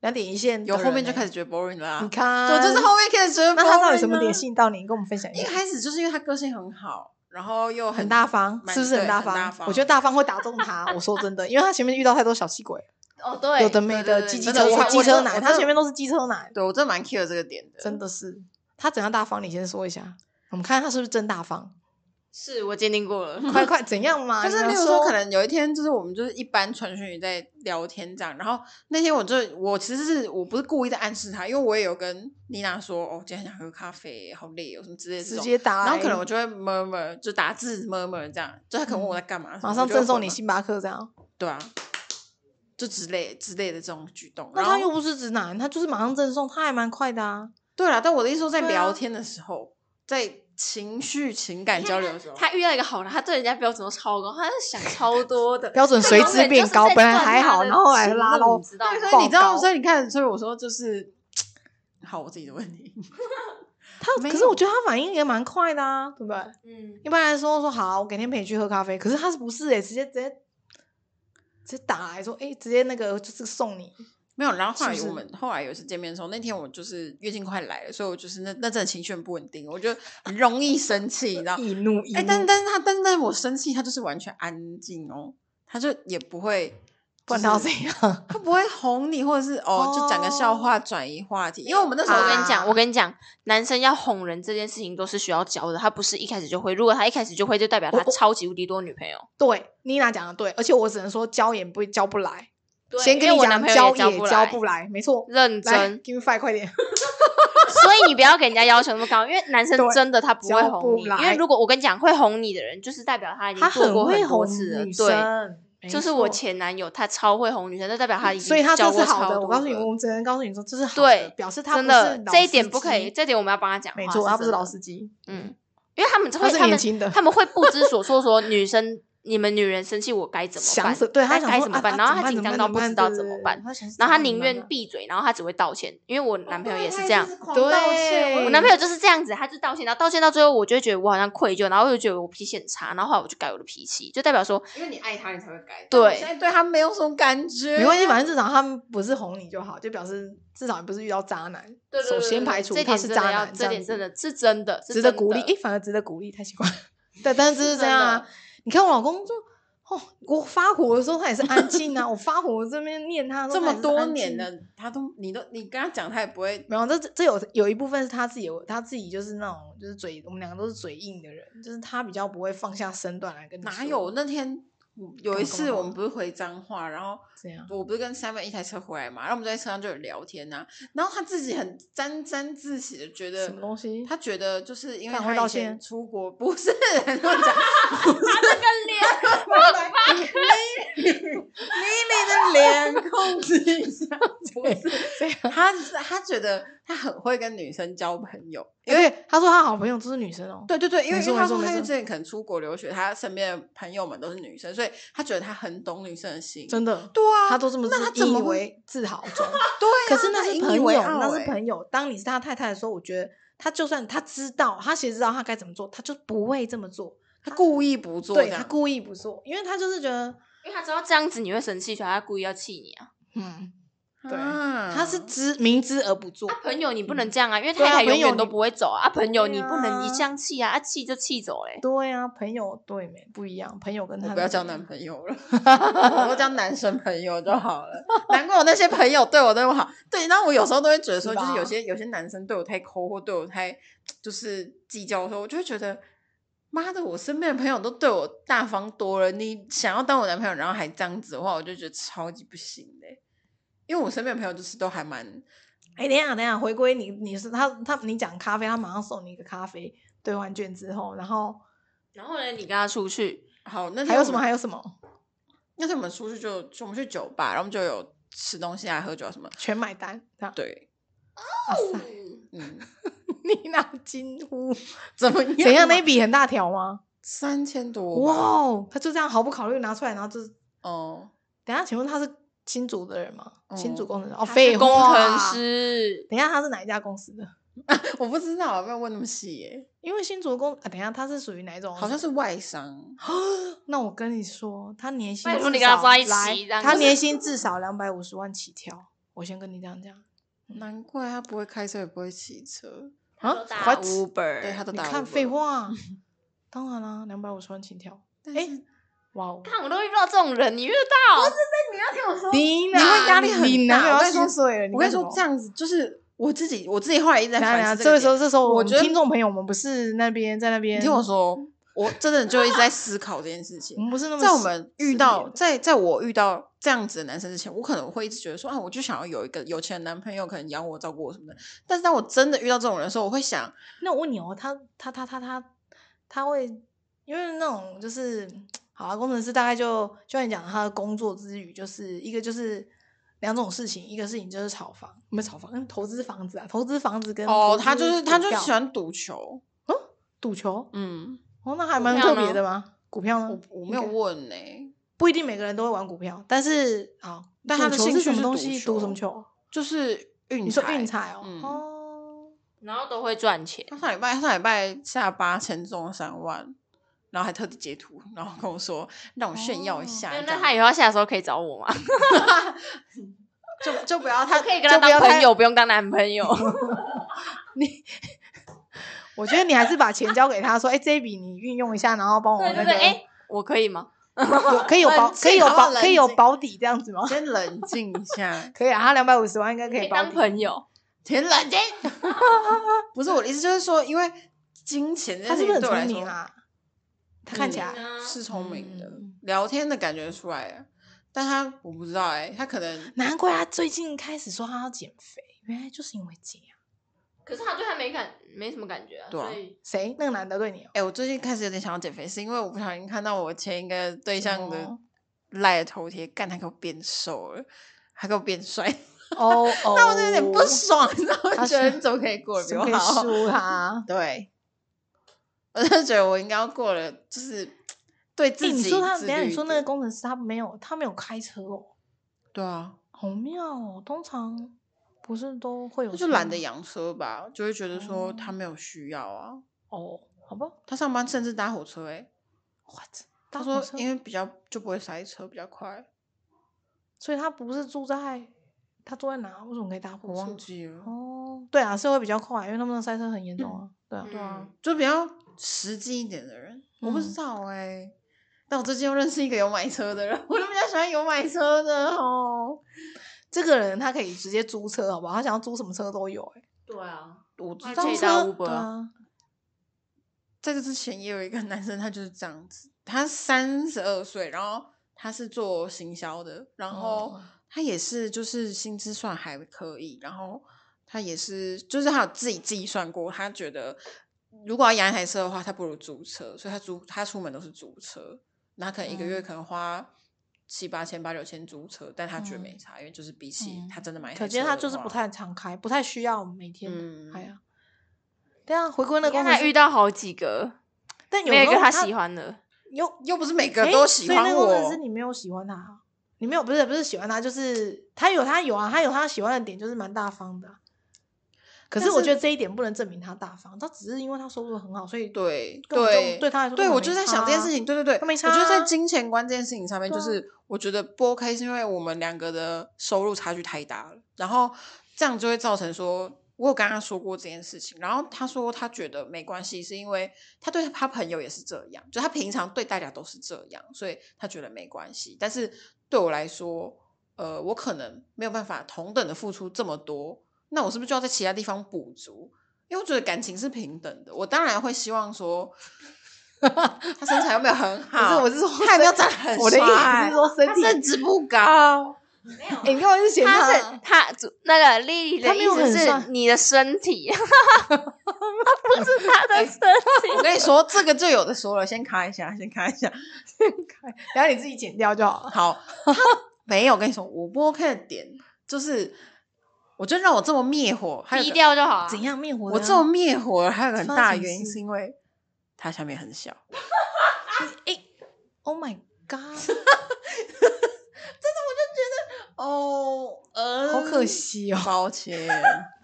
两点一线有的后人面就欸开始觉得 boring 了、啊，你看，对，就是后面开始觉得 boring、那啊。他到底什么点吸？引到你？你跟我们分享一一下。开始就是因为他个性很好，然后又很大方，蛮是不是对很很方？大方我觉得大方会打中他。我说真的，因为他前面遇到太多小气鬼，哦，对有的对没对的，对机机真的车我车、我机真车的我男，真他的前面都是机车男，对我真的蛮 care 这个点的，真的是。他怎样大方？你先说一下，我们看他是不是真大 [LAUGHS] 方？是我鉴定过了。快快怎样嘛？就是，啊你例要如说，可能有一天，就是我们就是一般传讯语在聊天这样，然后那天我就我其实是我不是故意在暗示他，因为我也有跟妮娜说，哦，今天想喝咖啡，好累哦，什么之类的这直种。接打，然后可能我就会 murmur，就打字 murmur 这样，就他可能问我在干嘛、什么马上我就会赠送回你嘛星巴克这样。对啊，就之类之类的这种举动。那然后他又不是直男，他就是马上赠送，他还蛮快的啊。对了，但我的意思说，在对啊聊天的时候，在情绪情感交流的时候，他遇到一个好的，他对人家标准都超高，他是想超 [LAUGHS] 多的，标准随之变高，本来还好，然后后来拉到，到你知道吗对，所以你知道，爆高所以你看，所以我说就是，好，我自己的问题。 [LAUGHS] 他。没可是我有觉得他反应也蛮快的啊，对不对？嗯，一般来说说好，我改天陪你去喝咖啡。可是他是不是哎、欸，直接直接直接打来说，哎、直接那个就是送你，没有，然后后来是不是我们后来有一次见面的时候，那天我就是月经快来了，所以我就是那那阵的情绪很不稳定，我就很容易生气，你知 [LAUGHS] 道？易怒易怒。哎，但但是他但但我生气，他就是完全安静哦，他就也不会，不管然他要怎 [LAUGHS] 样？他不会哄你，或者是哦，就讲个笑哦话转移话题，因为我们那时但候是我跟跟你你讲，讲，我跟你讲，男生要哄人这件事情都是需要教的，他不是一开始就会。如果他一开始就会，就代表他我我超级无敌多女朋友。对，妮娜讲的对，而且我只能说教也不教不来，对先因跟为你我讲男朋友教也教也不教来不来，没错。认来真， ，give me five，快点！所以你不要给人家要求那么高，因为男生对真的他不会教哄不你。来因为如果我跟你讲会哄你的人，就是代表他已经他做过会多哄次了。女对，生，没就是我错前男友，他超会哄女生，就代表他已经所以他这教是过好超的。多我告诉你，个我们只能告诉你说这是好的，对表示他真不是的老这一司点不可以，机这点我们要帮他讲话。没错，他不是真的老司机，嗯，因为他们他会是他年们轻的他们会不知所措，说女生你们女人生气我该怎么想办？死，对他该想该说怎么啊办？啊然后怎他紧么张办到怎么不办对知道怎对么对办，他想然后他怎么宁办愿啊闭嘴，然后他只会道歉，因为我男朋友也是这样。对我男朋友就是这样子，他就道歉，然后道歉到最后，我就会觉得我好像愧疚，然后我就觉得我脾气很差，然后后来我就改我的脾气，就代表说因为你爱他，你才会改。对但我现在对他没有什么感觉，没关系，反正至少他们不是哄你就好，就表示至少你不是遇到渣男。首先排除这他点是真渣的要，男，这点样真子的是真的，是值得真鼓励。的诶，反而值得鼓励，太奇怪了。对，但是就是是这真样的啊。你看我老公就哦，我发火的时候他也是安静啊，我发火这边念他的时这候他么也是多安年静了，他都你都你跟他讲，他也不会。没有，这这有有一部分是他自己有，他自己就是那种就是嘴，我们两个都是嘴硬的人，就是他比较不会放下身段来跟你哪说有那天有一次干嘛我们不是回彰化，然后这样？我不是跟 Simon 一台车回来嘛，然后我们就在车上就有聊天呐、然后他自己很沾沾自喜的觉得什么东西他觉得就是因为干会他道以前歉出国不是 [LAUGHS] 乱 [LAUGHS] 讲， [LAUGHS] 你你的脸控制一下，[LAUGHS] 不对是这样，他他觉得他很会跟女生交朋友，因为他说他好朋友都是女生哦，对对对，因为没因错为他没错说没他错之前可能出国留学，他身边的朋友们都是女生，所以他觉得他很懂女生的心。真的，对啊，他都这么那他自怎引以么会为自豪中。 [LAUGHS] 对啊、可是那他是引朋以友，为傲那是欸朋友。当你是他太太的时候，我觉得他就算他知道，他其实知道他该怎么做，他就不会这么做。他故意不做这对样，他故意不做，因为他就是觉得，因为他知道这样子你会生气，所以他故意要气你啊。嗯，对啊他是知明知而不做。啊，朋友你不能这样啊，因为对啊太太永朋友远你都不会走啊，啊朋友你不能对一啊这样气啊，啊气就气走嘞。对啊，朋友对没不一样，朋友跟他我的不要交一男样朋友了， [LAUGHS] 我都交男生朋友就好了。难怪我那些朋友对我那么好，对，然后我有时候都会觉得说，是就吧是有些有些男生对我太抠或对我太就是计较的时候，我就会觉得，妈的，我身边的朋友都对我大方多了，你想要当我男朋友，然后还这样子的话，我就觉得超级不行的、因为我身边的朋友就是都还蛮哎、等一下，等一下，回归你，你是他，他你讲咖啡，他马上送你一个咖啡兑换券之后，然后然后呢，你跟他出去，好，那天还有我什们么？还有什么？那天我们出去就就我们去酒吧，然后我们就有吃东西啊、喝酒啊什么。全买单，这 [LAUGHS] 样。对，哇塞， [LAUGHS] 嗯，你那惊呼，怎么样？ [LAUGHS] 怎样？那一？笔很大条吗？三千多哇吧。哦，他就这样毫不考虑拿出来，然后就是，哦，等一下，请问他是新竹的人吗？新竹哦工程师哦，他是废工话程。师，等一下，他是哪一家公司的？我不知道，没有问那么细耶。因为新竹工，啊、等一下，他是属于哪一种？好像是外商，那我跟你说，他年薪拜托至你跟他少在一起来这样他子年薪至少两百五十万起跳。我先跟你这样 [LAUGHS] 讲难怪他不会开车，也不会骑车。他啊都打，what？ Uber，对，他都你打 Uber。看废话， [LAUGHS] 当然啦，两百五十万起跳。但哎是哇 [LAUGHS] 哦，看我都遇不到这种人，你遇得到？不是，那你要听我说你你会压力很你男朋友要大我跟你心说碎了。我跟你说，这样，样子就是我自己，我自己后来一直在等一下等一下反思这个时候点这时候，我们觉得听众朋友，我们不是那边在那边，你听我，说，我真的就一直在思考这件事情我。们不是嗯那么在我失们失遇礼到的在在我遇到这样子的男生之前，我可能会一直觉得说啊，我就想要有一个有钱的男朋友，可能养我、照顾我什么的。但是当我真的遇到这种人的时候，我会想，那我问你哦，他他他他他他会，因为那种就是好啊，工程师大概就就像你讲的，他的工作之余，就是一个就是两种事情，一个事情就是炒房，没有炒房，嗯，投资房子啊，投资房子跟哦投，他资就是他股就是票喜欢赌球，赌球，嗯，哦，那还股蛮票特呢别的吗？股票呢？我应没有该问欸呢、不一定每个人都会玩股票，但是啊，但赌他的球兴是趣什么是东赌西？赌什么球球？就是运，你说运，彩哦， [LAUGHS] 嗯哦，然后都会赚钱，他上礼拜上礼拜下八千中了三万，然后还特地截图，然后跟我说让我炫耀一哦下，那这那样他以后要下的时候可以找我吗？就就不要他可以跟他就不要当太朋友，不用当男朋 [LAUGHS] 友。我觉得你还是把钱交给他，说，哎，这一笔你运用一下，然后帮我对那对个对，，哎，我可以吗？有可以有冷保，可以静有好不好保，可以有冷静保底这样子吗？，先冷静一下可以啊，他两百五十万应该可可以以保当底。朋友，先冷静。 [LAUGHS] 不是我的意思，就是说，因为金钱这他件是事不是很情对我来聪说明啊？他看起来嗯啊是聪明的，嗯聊天的感觉出来了。但他我不知道哎、他可能难怪他最近开始说他要减肥，原来就是因为这样。 [LAUGHS] 可是他对他没感，没什么感觉啊。对啊所以谁？那个男的对你、哦？哎、我最近开始有点想要减肥，是因为我不小心看到我前一个对象的哦赖的头贴，干他给我变瘦了，还给我变帅，哦哦， [LAUGHS] 那我就有点不爽，你知道吗？他我觉得是你怎么可以过得比怎么我可以 [LAUGHS] 好？输他？对，我就觉得我应该要过了，就是对哎、 [LAUGHS] 自己、你说他，等一下你说那个工，工程师他没有，他没有开车哦，对啊，好妙哦。通常不是都会有他车吗，就懒得养车吧，就会觉得说他哦没有需要啊。哦，好吧他上班甚至搭火车、欸，哎， ，what？他搭说火车因为比较就不会塞车，比较快。所以他不是住在，他住在哪？为什么可以搭火车？我忘记了，哦，对啊，是会比较快，因为他们的塞车很严重啊。对啊，对啊嗯，就比较实际一点的人，我不知嗯道哎、但我最近又认识一个有买车的人，我就比较喜欢有买车的哦。这个人他可以直接租车，好不好？他想要租什么车都有、欸，对啊，我知那道可以车搭 Uber 对啊，在这之前也有一个 [LAUGHS] 男生，他就是这样子，他三十二岁，然后他是做行销的，然后哦他也是就是薪资算还可以，然后他也是就是他有自己计算过，他觉得如果要养一台车的话，他不如租车，所以他租他出门都是租车，那可能一个月嗯可能花。七八千、八九千租车，但他觉得没嗯差，因为就是比起嗯他真的买一可台车的见话，他就是不太常开，不太需要每天。嗯哎呀，对啊，回归那你个看工程他师遇，到好几个，但有没有一时个候他喜欢的。又又不是每个诶都喜所以欢那个我。工程师你没有喜欢他啊，你没有不是不是喜欢他，就是他有他有啊，他有他喜欢的点，就是蛮大方的啊、可但是我是觉得这一点不能证明他大方，他只是因为他收入很好，所以对根本就对对他来说根对，本我没就在想这件差啊事情，对对对，他没我觉得差在啊金钱观这件事情上面，就对啊是我觉得不 OK，是因为我们两个的收入差距太大了，然后这样就会造成说，我有跟他说过这件事情，然后他说他觉得没关系，是因为他对他朋友也是这样，就他平常对大家都是这样，所以他觉得没关系，但是对我来说，呃，我可能没有办法同等的付出这么多，那我是不是就要在其他地方补足？因为我觉得感情是平等的，我当然会希望说， [LAUGHS] 他身材又没有很不是好，我是说他也没有身长得很我的意思帅是说身他体甚至不高，欸你干嘛是嫌他他是他那个丽丽的他没意有思很是算你的身 [LAUGHS] 体，他不是他的身体。我跟你说，这个就有的说了，先卡一下，先卡一下，先卡一下。然后你自己剪掉就好了。好，他没有我跟你说，我不 OK 的点就是，我觉得让我这么灭火，还有低个调就好、啊。怎？样灭火的啊？我这么灭火，还有个很发生大什么原因事是因为它下面很小。 Oh my god！哦，呃好可，惜哦，抱歉，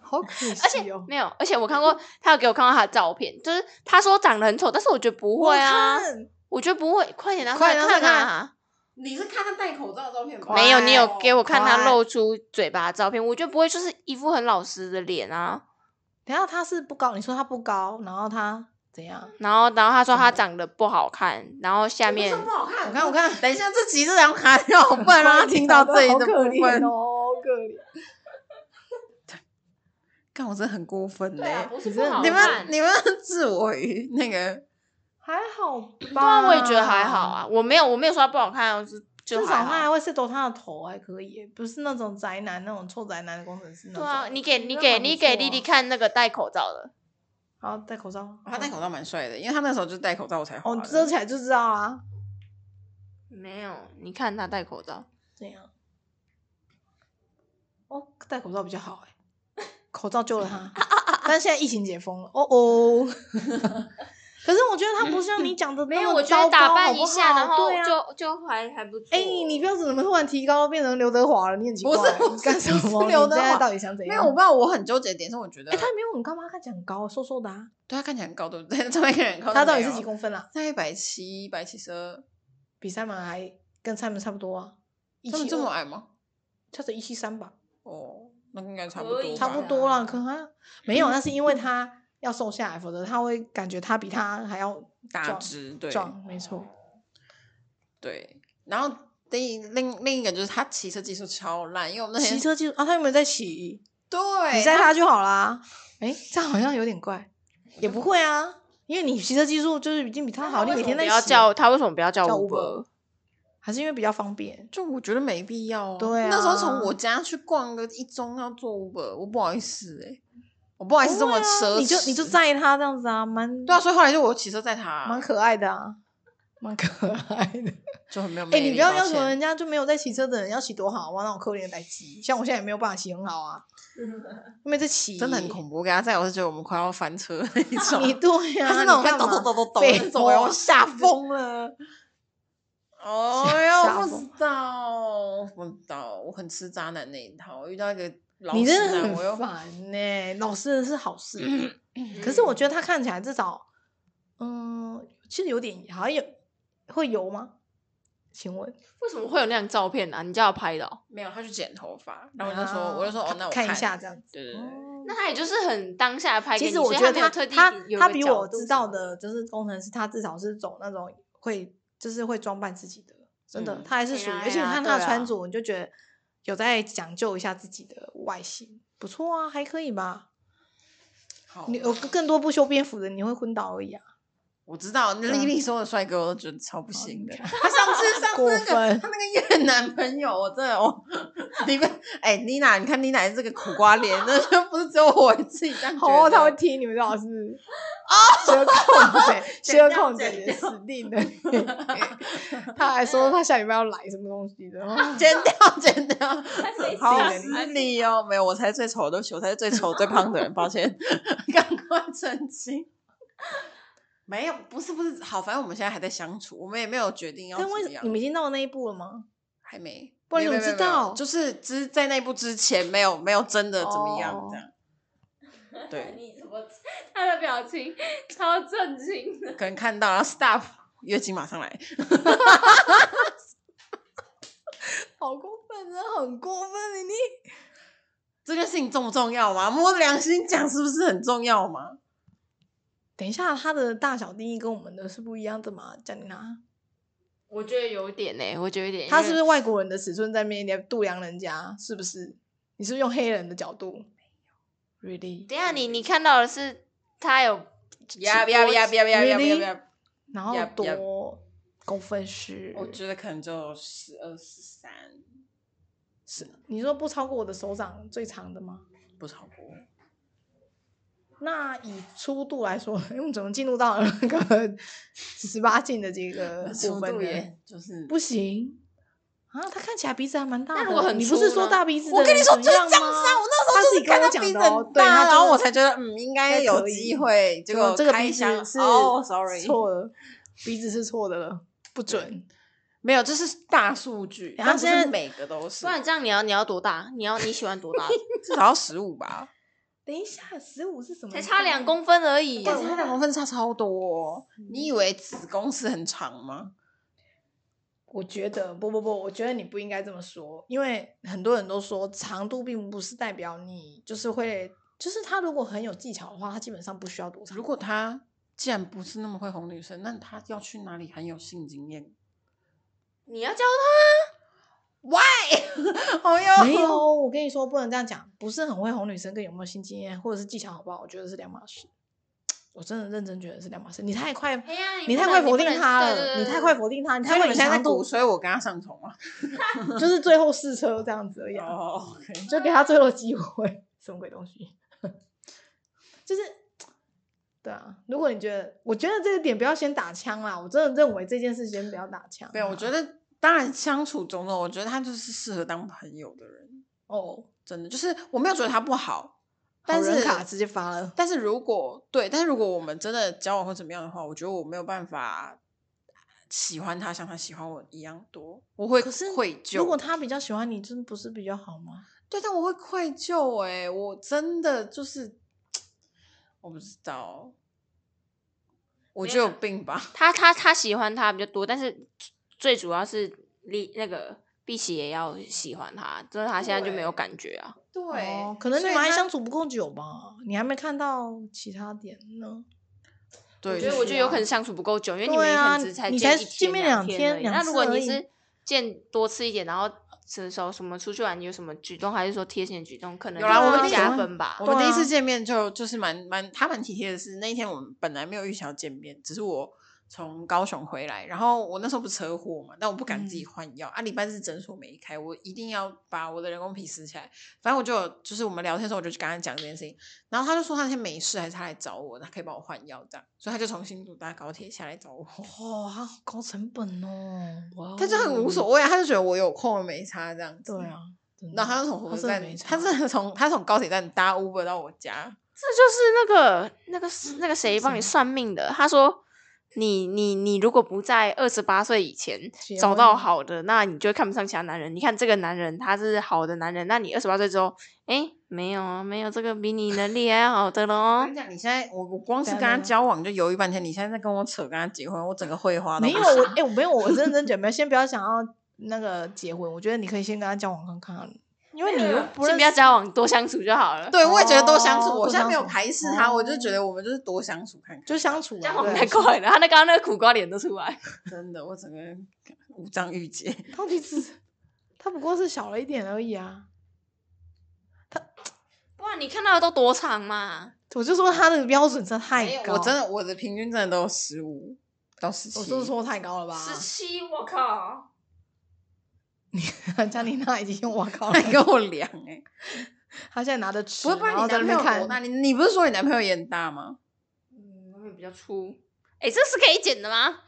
好可而且惜哦。没有，而且我看过，他有给我看过他的照片，就是他说长得很丑，但是我觉得不会啊我，看我觉得不会，快点拿出快来拿出来看啊！你是看他戴口罩的照片吗？没有，你有给我看他快露出嘴巴的照片，我觉得不会，就是一副很老实的脸啊。等一下他是不高，你说他不高，然后他怎样？然后，然后他嗯说他长得不好看，然后下面不好看我看我看，等一下，这集是要卡掉，哦不 [LAUGHS] 然让他听到这里好 [LAUGHS] 的可部怜分。哦，好可怜。看，我真的啊很过分呢、不啊是不好啊你看们你们自我于那个，还好对啊，吧？我也觉得还好啊，我没有，我没有说他不好看啊，我是就至少还他还好。会是抖他的头，还可以，不是那种宅男那种臭宅男的工程师那对种。啊，你我给你觉得给还不你给错丽丽啊，看那个戴口罩的，好戴口罩，他戴口罩蛮帅的，因为他那时候就戴口罩我才哦滑，遮的。起来就知道啊。没有，你看他戴口罩，这样，哦，戴口罩比较好哎、口罩救了 [LAUGHS] 他，但现在疫情解封了，哦哦。 [LAUGHS] 可是我觉得他不像你讲的没那有，么我觉得糟打糕扮好一不下，好然后对啊。就就还还不错。哎、你你标准怎么突然提高变成刘德华了？你很奇不怪，是不你是干什不是么？刘你德现在华到底想怎没样？有，我不知道，我很纠结的点是，我觉得，哎、他也没有很高吗？他看起来很高，瘦瘦的啊。对他看起来很高，对不对？这么一个人高，他到底是几？公分啦、哦他一百七，一百七十二，比赛马还跟赛马差不多啊，一他们七这么，矮吗？他只一七三吧。哦，那应该差不多可以吧，差不吧多啦，可他没有，那是因为他要瘦下来，否则他会感觉他比他还要大壮只，对壮，没错。对。然后另另另一个就是他骑车技术超烂，因为我们那骑天车技术啊，他有没有在骑？对你载他就好啦。哎，这样好像有点怪，也不会啊，因为你骑车技术就是已经比他好，你每天不在要骑叫他为什么不要叫叫 Uber？还是因为比较方便。就我觉得没必要、对啊那时候从我家去逛个一中要坐 Uber，我不好意思哎、我不好意思这么对奢侈。啊你就你就载他这样子啊，蛮对啊，所以后来就我骑车载他，蛮可爱的 [LAUGHS] 啊，蛮 [LAUGHS] 可爱的。就很没有魅哎，力。你不要抱要求歉人家就没有在骑车的人要骑多好哇，啊那种可怜的代骑，像我现在也没有办法骑很好 [LAUGHS] 啊，没在骑，真的很恐怖。给他载，我是觉得我们快要翻车那一 [LAUGHS] 种。你对呀、 [LAUGHS] 他是那种你会干抖嘛抖抖抖抖废那种，哎话我吓疯 [LAUGHS] 了。哎呀，吓我不疯知道，不知道，我很吃渣男那一套。我遇到一个老你真直的男我又很烦呢、老实人是好 [LAUGHS] 事， [LAUGHS] 可是我觉得他看起来至少，嗯，其实有点好像有会油吗？请问，为什么会有那张照片啊？你叫他拍的、哦？没有，他去剪头发，然后我就说，我就说，啊哦，那我看一下这样子。对对对。哦那他也就是很当下拍给其你。实我所以觉得没有他特地他有他个比角我度知什道么的就是工程师，他至少是走那种会就是会装扮自己的，真的，嗯他还是属于，哎呀而且你哎呀看他的对啊穿着，你就觉得有在讲究一下自己的外形，不错啊，还可以吧。好，你有呃更多不修边幅的，你会昏倒而已啊。我知道，那嗯丽丽说的帅哥我都觉得超不行的。你他 [LAUGHS] 上次上次过那个分他那个越南朋友，我真的哦，你们哎，妮娜，你看妮娜也是个苦瓜脸，那就不是只有我自己这样觉得。 [LAUGHS] 哦，他会踢你们老师哦，剪掉舌控嘴，舌控剪嘴，掉死定了。他还说他下礼拜要来什么东西的，哦剪掉剪掉，谁好谁失礼哦。没有，我才是最丑的，对不起，我才是最丑最胖的人，抱歉， [LAUGHS] 赶快澄清。没有，不是不是，好，反正我们现在还在相处，我们也没有决定要怎但么为样。你们已经到那一步了吗？还没，不然没你有怎么没有知没有道就是只是在那一步之前，没有没有真的怎么样哦这样。 [LAUGHS] 对，你怎么？他的表情 [LAUGHS] 超震惊的。可能看到，然后 stop 月经马上来，好过分，真的很过分欸你！这件事情重不重要嘛？摸着良心讲，是不是很重要嘛？等一下，他的大小定义跟我们的是不一样的嘛？讲你娜，我觉得有点呢、欸我觉得有点。他是不因是为外国人的尺寸在面来度量人家？是不是？你是不是用黑人的角度？Really？等一下你你看到的是他有呀呀呀呀呀呀 Really？呀！然后 Yup, yup 多公分是？我觉得可能就十二十三，是你说不超过我的手掌最长的吗？不超过。那以粗度来说， [LAUGHS] 因为我们怎么进入到那个十八禁的这 [LAUGHS] 个部粗分度呢？也就是不行啊，他看起来鼻子还蛮大的。那如果很你不是粗说呢大鼻子的我跟你人说怎就是这样样吗子啊！我那时他候自就己看跟我他讲鼻子的很哦大，对他然后就是我才觉得嗯应应该该有可以机会。结就果这个开鼻箱子是哦，sorry，错了，鼻子是错的了，不准。没有，这是大数据，然后但不现是在每个都是不，然这样你要你要多大？你要你喜欢多 [LAUGHS] 大的？至少要十五吧，等一下，十五是什么？啊才差两。公分而已。但是它两公分差超多哦。你以为子宫是很长吗？我觉得不不不，我觉得你不应该这么说，因为很多人都说长度并不是代表你就是会，就是他如果很有技巧的话，他基本上不需要多长。如果她既然不是那么会哄女生，那她要去哪里很有性经验你要教他， ？Why？哦没哟，有，我跟你说不能这样讲，不是很会哄女生跟有没有性经验或者是技巧好不好，我觉得是两码事。我真的认真觉得是两码事，你太快，哎呀你不太能快否不定能他对对了，对你太对快否定他，你所太以快你现在在长鼓，度所以我跟她上床嘛。 [LAUGHS] 就是最后试车这样子而已啊、哦，OK，就给他最后机会。 [LAUGHS] 什么鬼东西？就是，对啊。如果你觉得，我觉得这个点不要先打枪啦。我真的认为这件事先不要打枪啦。对，我觉得当然相处种种，我觉得他就是适合当朋友的人，哦，真的就是我没有觉得他不好，但但是是卡直接发了。但是如果对，但是如果我们真的交往或怎么样的话，我觉得我没有办法喜欢他像他喜欢我一样多，我会可是愧疚。如果他比较喜欢你，真不是比较好吗？对，但我会愧疚哎、我真的就是我不知道，我没就有啊有病吧？他他他喜欢他比较多，但是最主要是丽那个碧琪也要喜欢他，就是他现在就没有对感觉啊。对哦，可能你所以们还他相处不够久吧？你还没看到其他点呢。对，我觉得是我就有可能啊相处不够久，因为你对们啊可能只才你见才一见面两两天而已两那如果次而你已是见多次一点，然后成熟什么出去玩，你有什么举动还是说贴心的举动，可能有啦就我会们那加种分吧我。对们第一啊次见面就就是蛮蛮，他蛮体贴的是，那一天我们本来没有预想要见面，只是我从高雄回来，然后我那时候不是车祸嘛，但我不敢自己嗯换药、啊，礼拜日诊所没开，我一定要把我的人工皮撕起来。反正我就有，就是我们聊天的时候，我就去跟他讲这件事情，然后他就说他那天没事，还是他来找我，他可以帮我换药这样，所以他就从新竹搭高铁下来找我。哦，他好高成本哦，哇他就很无所哦。谓啊，他就觉得我有空没差这样子。对啊，真的然后他就从火他车真的站没，他差是从他从高铁站搭 Uber 到我家，这就是那个那个是那个谁帮什么你算命的，他说你你你如果不在二十八岁以前结找婚到好的，那你就会看不上其他男人。你看这个男人他是好的男人，那你二十八岁之后，哎，没有啊没有这个比你能力还好的我 [LAUGHS] 喽跟你。讲，你现在我我光是对啊跟他对啊交往就犹豫半天，你现在在跟我扯跟他结婚，我整个会花都没不有行我，哎、我没有，我认真觉得，先不要想要那个结婚，我觉得你可以先跟他交往看看，因为 [LAUGHS] 你又不先认不要识。交往，多相处就好了。对我也觉得多相处，哦我现在没有多相处排斥他，我就哦觉得我们就是多相处看看，就相处交啊，往对啊太快了，他那刚刚那个苦瓜脸都出 [LAUGHS] 来。 [LAUGHS] 真的，我整个五脏 [LAUGHS] 欲结。到底是他不过是小了一点而已啊。不然你看到的都多长嘛？我就说他的标准真的没太有高，我真，的我的平均真的都有十五到十七，我是不是说太高了吧？七，我靠！ [LAUGHS] 嘉玲娜已经我靠了 [LAUGHS] 还，跟我量哎、 [LAUGHS] 他现在拿着尺，不是，不然然你后在那男朋边友多大？看，你你不是说你男朋友也很大吗？嗯，会比较粗。哎、这是可以剪的吗？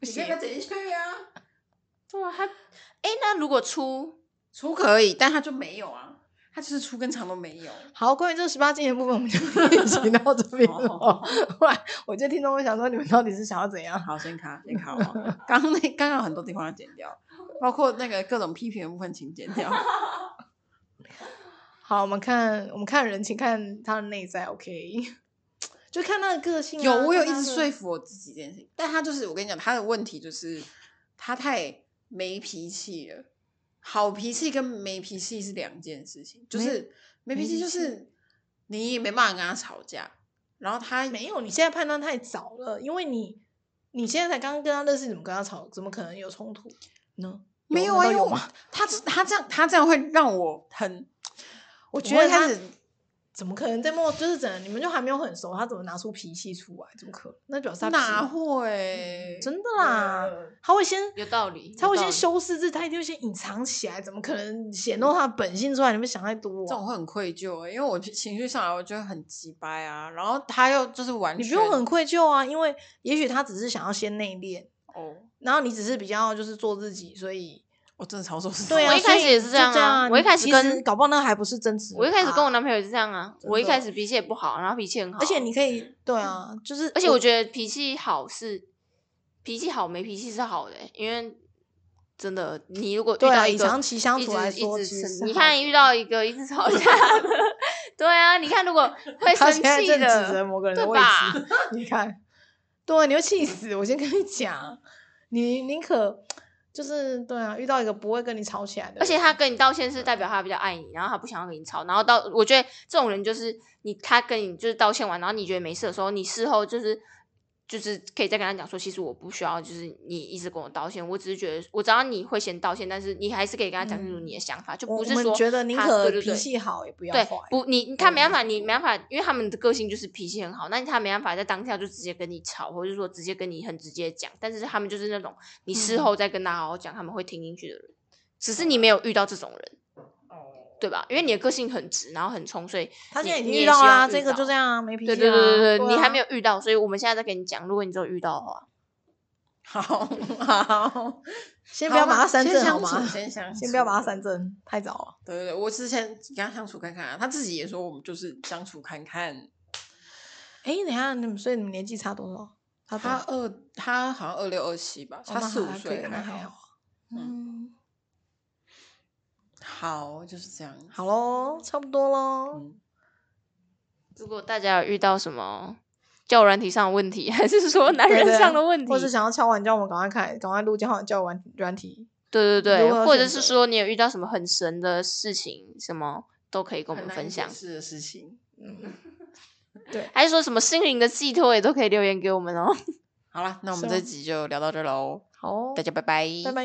不行，进去啊，啊哇，他哎、那如果粗，出可以，但他就没有啊，他就是出跟长都没有。好，关于这十八禁的部分，我们就 [LAUGHS] 练习到这边哦了。 [LAUGHS] 不然，我觉得听众会想说，你们到底是想要怎样？好，先卡， [LAUGHS] 先卡哦。刚刚那刚刚有很多地方要剪掉，包括那个各种批评的部分，请剪 [LAUGHS] 掉。好，我们看，我们看人，请看他的内在，OK？就 [LAUGHS] 看他的个性啊、有，我有看一他直的说服我自己这件事情，但他就是我跟你讲，他的问题就是他太没脾气了。好脾气跟没脾气是两件事情，就是没脾气就是你也没办法跟他吵架，然后他没有，你现在判断太早了，因为你你现在才刚跟他认识，你怎么跟他吵？怎么可能有冲突呢？没有有啊，难道因为有我吗？他他这样他这样会让我很，我我觉得会开他始怎么可能在默？就是怎你们就还没有很熟，他怎么拿出脾气出来？怎么可能？那表示他哪啊脾会？真的啦，他会先有道理，他会先修。修饰自己，他一定会先隐藏起来，怎么可能显露他的本性出来？你们想太多、啊这种会很愧疚、欸，因为我情绪上来，我觉得很鸡掰啊。然后他又就是完你全，不用很愧疚啊，因为也许他只是想要先内敛，哦，然后你只是比较就是做自己，所以我真的超受伤。对啊，我一开始所以也是就这这样啊啊。我一你开始其跟实搞不好那个还不是真实的他。我一开始跟我男朋友也是这样啊，真的哦我一开始脾气也不好，然后脾气很好，而且你可以对啊，就是而且我觉得脾气好是脾气好，没脾气是好的欸、因为真的你如果遇对啊，到一以个长期相一处直来说，一其直实是生你好的看遇到一个一直吵 [LAUGHS] 架的，对啊，你看如果会他生现在气正指着的，某个人的对位吧置，你看，对，你会气死。我先跟你讲，你宁可就是对啊，遇到一个不会跟你吵起来的人，啊而且他跟你道歉是代表他比较爱你，然后他不想要跟你吵，然后到我觉得这种人就是你他跟你就是道歉完，然后你觉得没事的时候，你事后就是。就是可以再跟他讲说，其实我不需要，就是你一直跟我道歉，我只是觉得我知道你会先道歉，但是你还是可以跟他讲清楚嗯你的想法，就我不是我们说觉得宁他可对对脾对气好也不要对坏，，不，你你嗯看没办法，你没办法，因为他们的个性就是脾气很好，那他没办法在当下就直接跟你吵，或者说直接跟你很直接讲，但是他们就是那种嗯你事后再跟他好好讲，他们会听进去的人，只是你没有遇到这种人，哦对吧？因为你的个性很直，然后很冲，所以他现在已你经你也遇到希望啦，遇这个就到这样啊，没脾气对啦。对对对对，对啊，你还没有遇到，所以我们现在在跟你讲，如果你只有遇到的话， [LAUGHS] 好好，先不要把它删先正好相处吗？先相 [LAUGHS] 处，先不要把它删 [LAUGHS] 正，太早了。对对对，我之前跟他相处看看、啊，他自己也说我们就是相处看看。哎，等一下你们，所以你们年纪差多少？他多他少二，他好像二六二七吧，哦那他四五还可以岁，那还还好好。啊。嗯，好，就是这样。好喽，差不多喽。嗯，如果大家有遇到什么教软体上的问题，还是说男嗯对人对上的问题，或是想要敲完，叫我们赶快看，赶快录交换交软软体。对对对，如何或者选是择说你有遇到什么很神的事情，什么都可以跟我们分享，是的事情。嗯，还是说什么心灵的寄托也都可以留言给我们哦。好了，那我们是这吗集就聊到这喽，好哦，大家拜拜，拜拜。